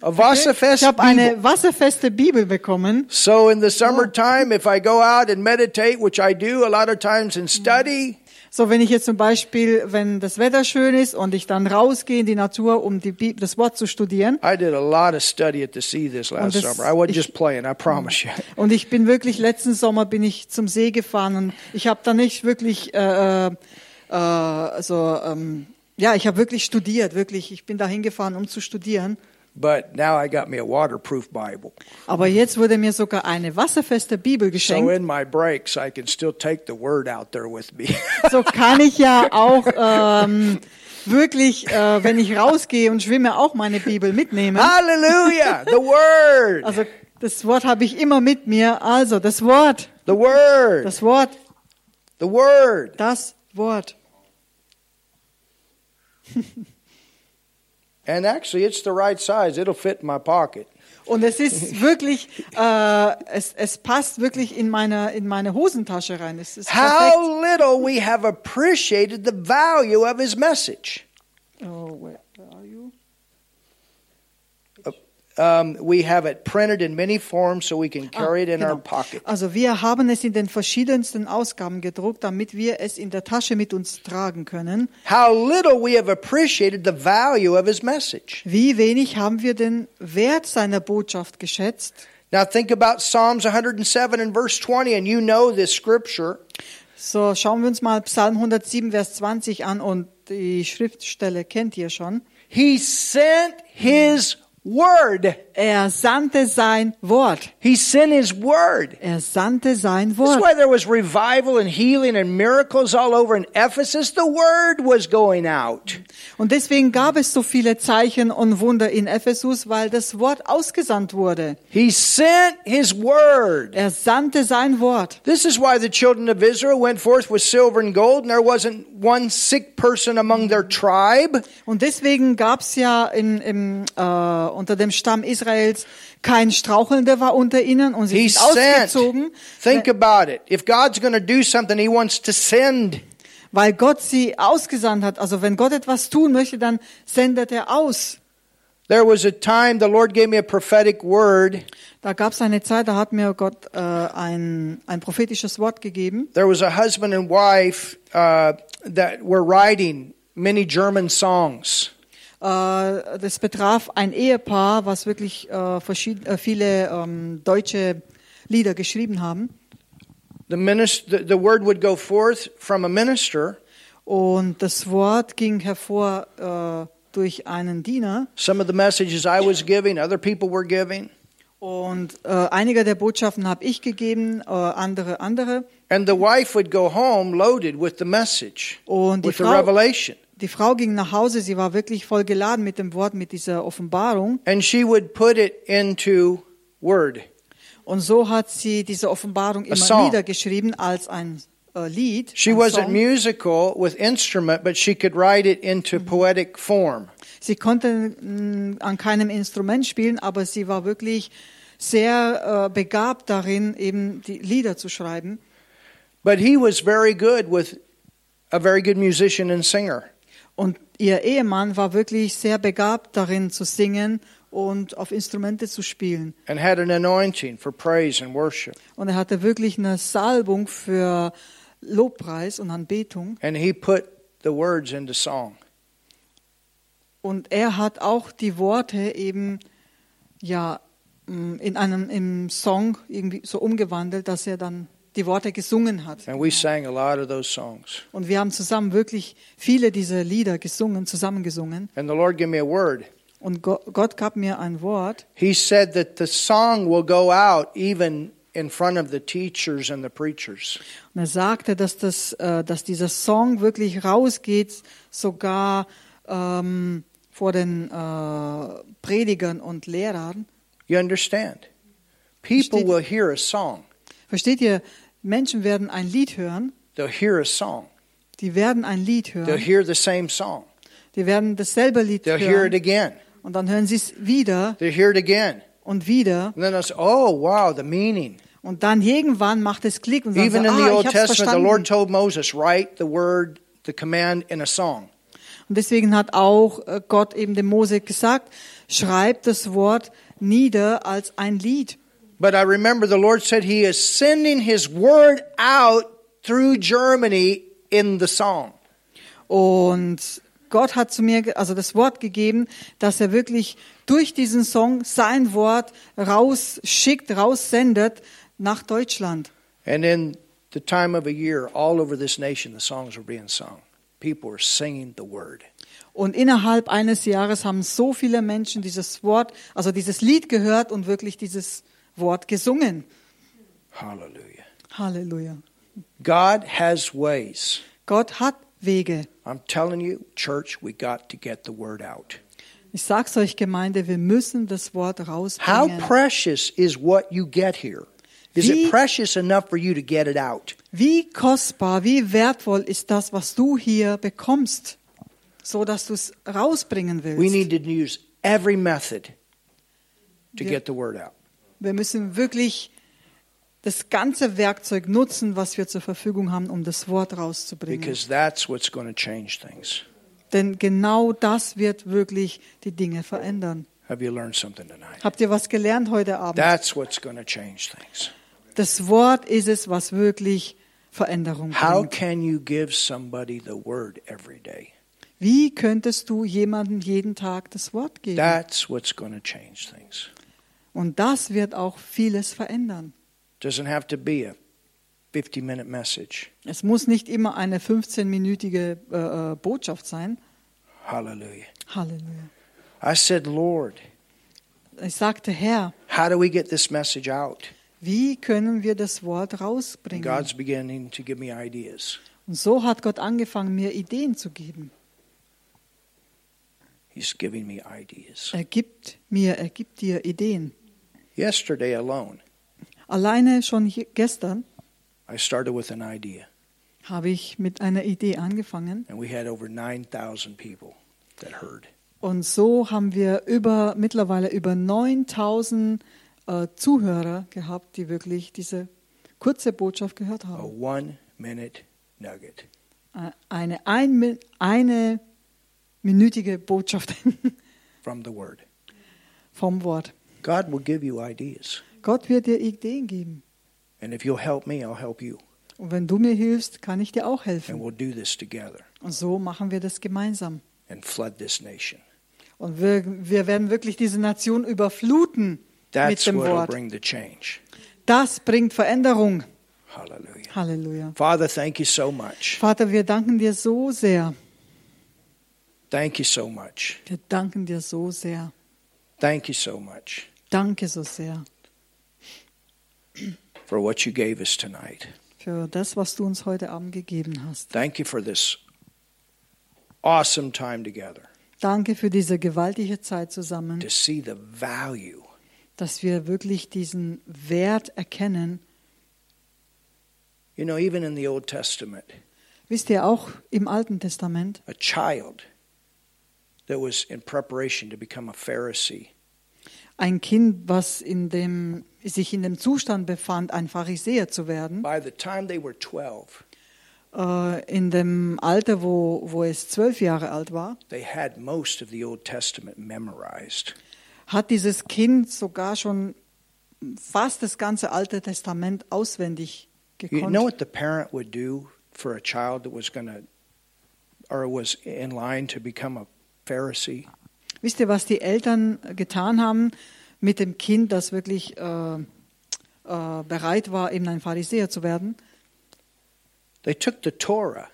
Speaker 2: A
Speaker 1: Ich
Speaker 2: Wasserfest
Speaker 1: habe
Speaker 2: Bibel.
Speaker 1: eine wasserfeste Bibel bekommen.
Speaker 2: So in the summertime, if I go out and meditate, which I do a lot of times and study,
Speaker 1: So, wenn ich jetzt zum Beispiel, wenn das Wetter schön ist und ich dann rausgehe in die Natur, um die Bib das Wort zu studieren,
Speaker 2: I did a lot of study at the sea this last
Speaker 1: das-
Speaker 2: summer. I wasn't
Speaker 1: ich-
Speaker 2: [LAUGHS] just playing, I promise you.
Speaker 1: und ich bin wirklich letzten Sommer bin ich zum See gefahren und ich habe da nicht wirklich, äh, äh, also ähm, ja, ich habe wirklich studiert, wirklich. Ich bin da hingefahren, um zu studieren.
Speaker 2: But now I got me a waterproof Bible.
Speaker 1: Aber jetzt wurde mir sogar eine wasserfeste Bibel
Speaker 2: So
Speaker 1: geschenkt.
Speaker 2: in my breaks, I can still take the word out there with me. [LAUGHS]
Speaker 1: So kann ich ja auch ähm, wirklich, äh, wenn ich rausgehe und schwimme, auch meine Bibel mitnehmen.
Speaker 2: Hallelujah! The word,
Speaker 1: Also das Wort habe ich immer mit mir. Also das Wort,
Speaker 2: the word,
Speaker 1: das Wort,
Speaker 2: the word.
Speaker 1: das Wort.
Speaker 2: And actually, it's the right size. It'll fit in my pocket.
Speaker 1: Und es ist wirklich, äh, es, es passt wirklich in meine, in meine Hosentasche rein. Es ist perfekt.
Speaker 2: How little we have appreciated the value of His message.
Speaker 1: Oh, wait, where are you?
Speaker 2: Um, we have it printed in many forms, so we can carry it in our
Speaker 1: Genau.
Speaker 2: pocket.
Speaker 1: Also wir haben es in den verschiedensten Ausgaben gedruckt, damit wir es in der Tasche mit uns tragen können.
Speaker 2: How little we have appreciated the value of His message.
Speaker 1: Wie wenig haben wir den Wert seiner Botschaft geschätzt?
Speaker 2: Now think about Psalms 107 and verse 20, and you know this scripture.
Speaker 1: So, schauen wir uns mal Psalm 107, Vers 20 an und die Schriftstelle kennt ihr schon.
Speaker 2: He sent His word.
Speaker 1: Er sandte sein Wort.
Speaker 2: He sent His word.
Speaker 1: Er sandte sein
Speaker 2: That's
Speaker 1: Wort.
Speaker 2: why there was revival and healing and miracles all over in Ephesus. The word was going out.
Speaker 1: Und deswegen gab es so viele Zeichen und Wunder in Ephesus, weil das Wort ausgesandt wurde.
Speaker 2: He sent his word.
Speaker 1: Er sandte sein Wort.
Speaker 2: This is why the children of Israel went forth with silver and gold, and there wasn't one sick person among their tribe.
Speaker 1: Und deswegen gab es ja in, im, äh, unter dem Stamm Israels kein Strauchelnder war unter ihnen und sie
Speaker 2: He
Speaker 1: sind
Speaker 2: sent.
Speaker 1: ausgezogen,
Speaker 2: Think about it. If God's going to do something, he wants to send.
Speaker 1: weil Gott sie ausgesandt hat. Also wenn Gott etwas tun möchte, dann sendet er aus.
Speaker 2: There was a time the Lord gave me a prophetic word.
Speaker 1: Da gab es eine Zeit, da hat mir Gott äh, ein, ein prophetisches Wort gegeben.
Speaker 2: There was a husband and wife uh, that were writing many German songs.
Speaker 1: Äh, das betraf ein Ehepaar, was wirklich äh, verschied- äh, viele ähm, deutsche Lieder geschrieben haben.
Speaker 2: The, minister, the, the word would go forth from a minister.
Speaker 1: Und das Wort ging hervor äh, durch einen Diener.
Speaker 2: Some of the messages I was giving, other people were giving.
Speaker 1: Und äh, einige der Botschaften habe ich gegeben, äh, andere andere.
Speaker 2: And the wife would go home loaded with the message,
Speaker 1: Und die
Speaker 2: with the
Speaker 1: Frau,
Speaker 2: revelation.
Speaker 1: die Frau ging nach Hause, sie war wirklich voll geladen mit dem Wort, mit dieser Offenbarung.
Speaker 2: And she would put it into word.
Speaker 1: Und so hat sie diese Offenbarung immer
Speaker 2: song.
Speaker 1: niedergeschrieben als ein äh, Lied.
Speaker 2: She
Speaker 1: ein
Speaker 2: wasn't
Speaker 1: Song.
Speaker 2: musical with instrument, but she could write it into poetic form.
Speaker 1: Sie konnte mh, an keinem Instrument spielen, aber sie war wirklich sehr äh, begabt darin, eben die Lieder zu schreiben.
Speaker 2: But he was very good with a very good musician and singer.
Speaker 1: Und ihr Ehemann war wirklich sehr begabt darin zu singen und auf Instrumente zu spielen.
Speaker 2: and had an anointing for praise and worship.
Speaker 1: Und er hatte wirklich eine Salbung für Lobpreis und Anbetung.
Speaker 2: And he put the words into song.
Speaker 1: Und er hat auch die Worte eben ja m, in einem im Song irgendwie so umgewandelt, dass er dann die Worte gesungen hat.
Speaker 2: And we sang a lot of those songs.
Speaker 1: Und wir haben zusammen wirklich viele dieser Lieder gesungen, zusammengesungen.
Speaker 2: And the Lord gave me a word.
Speaker 1: Und Go- Gott gab mir ein Wort.
Speaker 2: He said that the song will go out even in front of the teachers and the preachers.
Speaker 1: Und er sagte, dass, das, äh, dass dieser Song wirklich rausgeht, sogar ähm, vor den äh, Predigern und Lehrern.
Speaker 2: You understand? People
Speaker 1: Versteht-
Speaker 2: will hear a song.
Speaker 1: Versteht ihr, Menschen werden ein Lied hören,
Speaker 2: They'll hear a song.
Speaker 1: die werden ein Lied
Speaker 2: They'll
Speaker 1: hören,
Speaker 2: hear the same song.
Speaker 1: die werden dasselbe Lied
Speaker 2: They'll hear it
Speaker 1: hören
Speaker 2: again.
Speaker 1: und dann hören sie es wieder
Speaker 2: They'll hear it again.
Speaker 1: und wieder
Speaker 2: And then they'll say, oh, wow, the meaning.
Speaker 1: und dann irgendwann macht es Klick und sagen sie,
Speaker 2: Even in the
Speaker 1: ah,
Speaker 2: Old
Speaker 1: ich hab's
Speaker 2: Testament, the Lord
Speaker 1: verstanden.
Speaker 2: told Moses, write the word, the command in a song.
Speaker 1: Und deswegen hat auch äh, Gott eben dem Mose gesagt, schreib das Wort nieder als ein Lied.
Speaker 2: But I remember the Lord said He is sending His word out through Germany in the song.
Speaker 1: Und Gott hat zu mir ge- also das Wort gegeben, dass er wirklich durch diesen Song sein Wort rausschickt, raussendet nach Deutschland.
Speaker 2: And in the time of a year, all over this nation, the songs were being sung. People were singing the word.
Speaker 1: Und innerhalb eines Jahres haben so viele Menschen dieses Wort, also dieses Lied gehört und wirklich dieses Wort gesungen.
Speaker 2: Hallelujah.
Speaker 1: Halleluja.
Speaker 2: God has ways.
Speaker 1: Gott hat Wege.
Speaker 2: I'm telling you, church, we got to get the word out.
Speaker 1: Ich sag's euch, Gemeinde, wir müssen das Wort
Speaker 2: How
Speaker 1: rausbringen.
Speaker 2: precious is what you get here? Is it
Speaker 1: Wie-
Speaker 2: precious enough for you to get it out?
Speaker 1: Wie kostbar, wie wertvoll ist das, was du hier bekommst, so dass du es rausbringen willst.
Speaker 2: We need to use every method to
Speaker 1: Yeah.
Speaker 2: get the word out.
Speaker 1: Wir müssen wirklich das ganze Werkzeug nutzen, was wir zur Verfügung haben, um das Wort rauszubringen.
Speaker 2: Because that's what's going to change things.
Speaker 1: Denn genau das wird wirklich die Dinge verändern.
Speaker 2: Have you learned something tonight?
Speaker 1: Habt ihr was gelernt heute Abend?
Speaker 2: That's what's going to change things.
Speaker 1: das Wort ist es, was wirklich Veränderung
Speaker 2: How
Speaker 1: bringt.
Speaker 2: can you give somebody the word every day?
Speaker 1: Wie könntest du jemandem jeden Tag das Wort geben?
Speaker 2: That's what's going to change things.
Speaker 1: Und das wird auch vieles verändern.
Speaker 2: Doesn't have to be a 50 minute message.
Speaker 1: Es muss nicht immer eine 15-minütige äh, äh, Botschaft sein.
Speaker 2: Hallelujah.
Speaker 1: Halleluja.
Speaker 2: I said, Lord,
Speaker 1: Ich sagte, Herr,
Speaker 2: how do we get this message out?
Speaker 1: wie können wir das Wort
Speaker 2: And
Speaker 1: rausbringen?
Speaker 2: God's beginning to give me ideas.
Speaker 1: Und so hat Gott angefangen, mir Ideen zu geben.
Speaker 2: He's giving me ideas.
Speaker 1: Er gibt mir, er gibt dir Ideen.
Speaker 2: Yesterday alone,
Speaker 1: Alleine schon je- gestern
Speaker 2: I started with an idea,
Speaker 1: habe ich mit einer Idee angefangen.
Speaker 2: and we had over 9,000 people that heard.
Speaker 1: Und so haben wir über, mittlerweile über 9000 äh, Zuhörer gehabt, die wirklich diese kurze Botschaft gehört
Speaker 2: A
Speaker 1: haben.
Speaker 2: one minute nugget.
Speaker 1: Äh, Eine, ein, eine minütige Botschaft [LAUGHS]
Speaker 2: from the Word.
Speaker 1: vom Wort.
Speaker 2: God will give you ideas.
Speaker 1: Gott wird dir Ideen geben.
Speaker 2: And if you'll help me, I'll help you.
Speaker 1: Und wenn du mir hilfst, kann ich dir auch
Speaker 2: And
Speaker 1: helfen.
Speaker 2: we'll do this together
Speaker 1: Und so machen wir das gemeinsam.
Speaker 2: and flood this nation.
Speaker 1: Und wir, wir werden wirklich diese Nation überfluten mit
Speaker 2: That's
Speaker 1: dem
Speaker 2: what will
Speaker 1: Wort.
Speaker 2: bring the change.
Speaker 1: Das bringt Veränderung.
Speaker 2: Hallelujah.
Speaker 1: Halleluja.
Speaker 2: Father, thank you so much.
Speaker 1: Vater, wir danken dir so sehr.
Speaker 2: Thank you so much.
Speaker 1: Wir danken dir so sehr.
Speaker 2: Thank you so much
Speaker 1: Danke so sehr
Speaker 2: for what you gave us tonight.
Speaker 1: für das, was du uns heute Abend gegeben hast.
Speaker 2: Thank you for this awesome time together
Speaker 1: Danke für diese gewaltige Zeit zusammen,
Speaker 2: to see the value
Speaker 1: dass wir wirklich diesen Wert erkennen.
Speaker 2: you know even in the old testament
Speaker 1: Wisst ihr auch im Alten Testament,
Speaker 2: a child that was in preparation to become a pharisee
Speaker 1: ein Kind, was in dem, sich in dem Zustand befand, ein Pharisäer zu werden,
Speaker 2: by the time they were 12
Speaker 1: äh, in dem Alter, wo, wo es zwölf Jahre alt war,
Speaker 2: they had most of the Old Testament memorized.
Speaker 1: hat dieses Kind sogar schon fast das ganze Alte Testament auswendig gekonnt.
Speaker 2: You know what the parent would do for a child that was going to or was in line to become a Pharisee?
Speaker 1: Wisst ihr, was die Eltern getan haben mit dem Kind, das wirklich äh, äh, bereit war, eben ein Pharisäer zu werden?
Speaker 2: They took the Torah,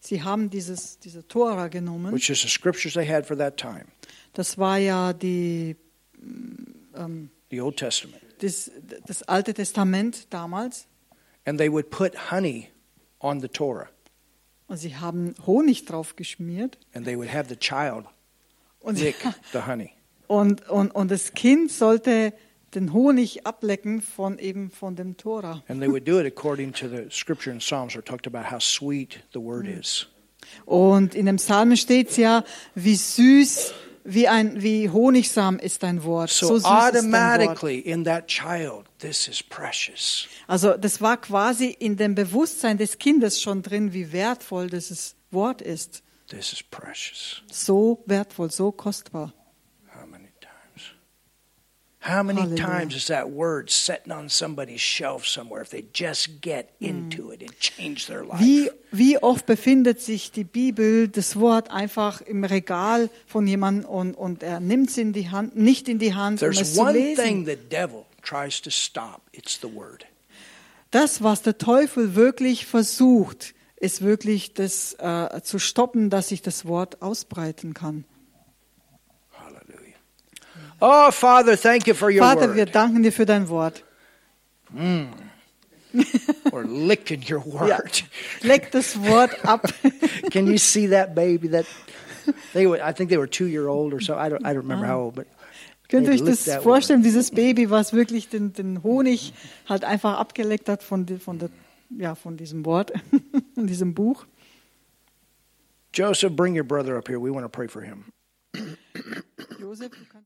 Speaker 1: Sie haben dieses, diese Tora genommen.
Speaker 2: which is the scriptures they had for that time,
Speaker 1: Das war ja die, ähm,
Speaker 2: the Old Testament,
Speaker 1: das, das Alte Testament damals.
Speaker 2: and they would put honey on the Torah,
Speaker 1: Und sie haben Honig drauf geschmiert.
Speaker 2: and they would have the child
Speaker 1: Und, sie, [LAUGHS]
Speaker 2: lick the honey.
Speaker 1: und, und, und das Kind sollte den Honig ablecken von eben von dem Tora.
Speaker 2: And they would do it according to the scripture in Psalms where it talked about how sweet the word
Speaker 1: Mm.
Speaker 2: is.
Speaker 1: Und in dem Psalm steht ja, wie süß, wie ein wie Honigsamen ist dein Wort. So,
Speaker 2: So,
Speaker 1: süß ist dein Wort.
Speaker 2: automatically in that child, this is precious.
Speaker 1: Also das war quasi in dem Bewusstsein des Kindes schon drin, wie wertvoll dieses Wort ist.
Speaker 2: This is precious.
Speaker 1: So wertvoll, so kostbar.
Speaker 2: How many times? How many
Speaker 1: Hallelujah.
Speaker 2: times is that word sitting on somebody's shelf somewhere if they just get
Speaker 1: Mm.
Speaker 2: into it and change their life?
Speaker 1: Wie, wie oft befindet sich die Bibel, das Wort einfach im Regal von jemandem und, und er nimmt es in die Hand, nicht in die Hand, um es
Speaker 2: There's
Speaker 1: zu
Speaker 2: one
Speaker 1: lesen.
Speaker 2: thing the devil tries to stop. It's the word.
Speaker 1: Das, was der Teufel wirklich versucht, ist wirklich das äh, zu stoppen, dass sich das Wort ausbreiten kann.
Speaker 2: Hallelujah.
Speaker 1: Mm.
Speaker 2: Oh, Father, thank you for your
Speaker 1: Vater, wir
Speaker 2: word.
Speaker 1: danken dir für dein Wort.
Speaker 2: We're licking your word.
Speaker 1: Ja. Leck das Wort
Speaker 2: [LAUGHS]
Speaker 1: ab. [LAUGHS]
Speaker 2: Can you see that baby? That they were, I think they were two year old or so. I don't, I don't remember how old, but
Speaker 1: Könnt ihr euch
Speaker 2: They'd lick
Speaker 1: das
Speaker 2: that
Speaker 1: vorstellen, dieses Baby, was wirklich den, den Honig halt einfach abgeleckt hat von, di- von, der, ja, von diesem Wort, [LAUGHS] in diesem Buch?
Speaker 2: Joseph, bring your brother up here. We want to pray for him.
Speaker 1: Josef, du kannst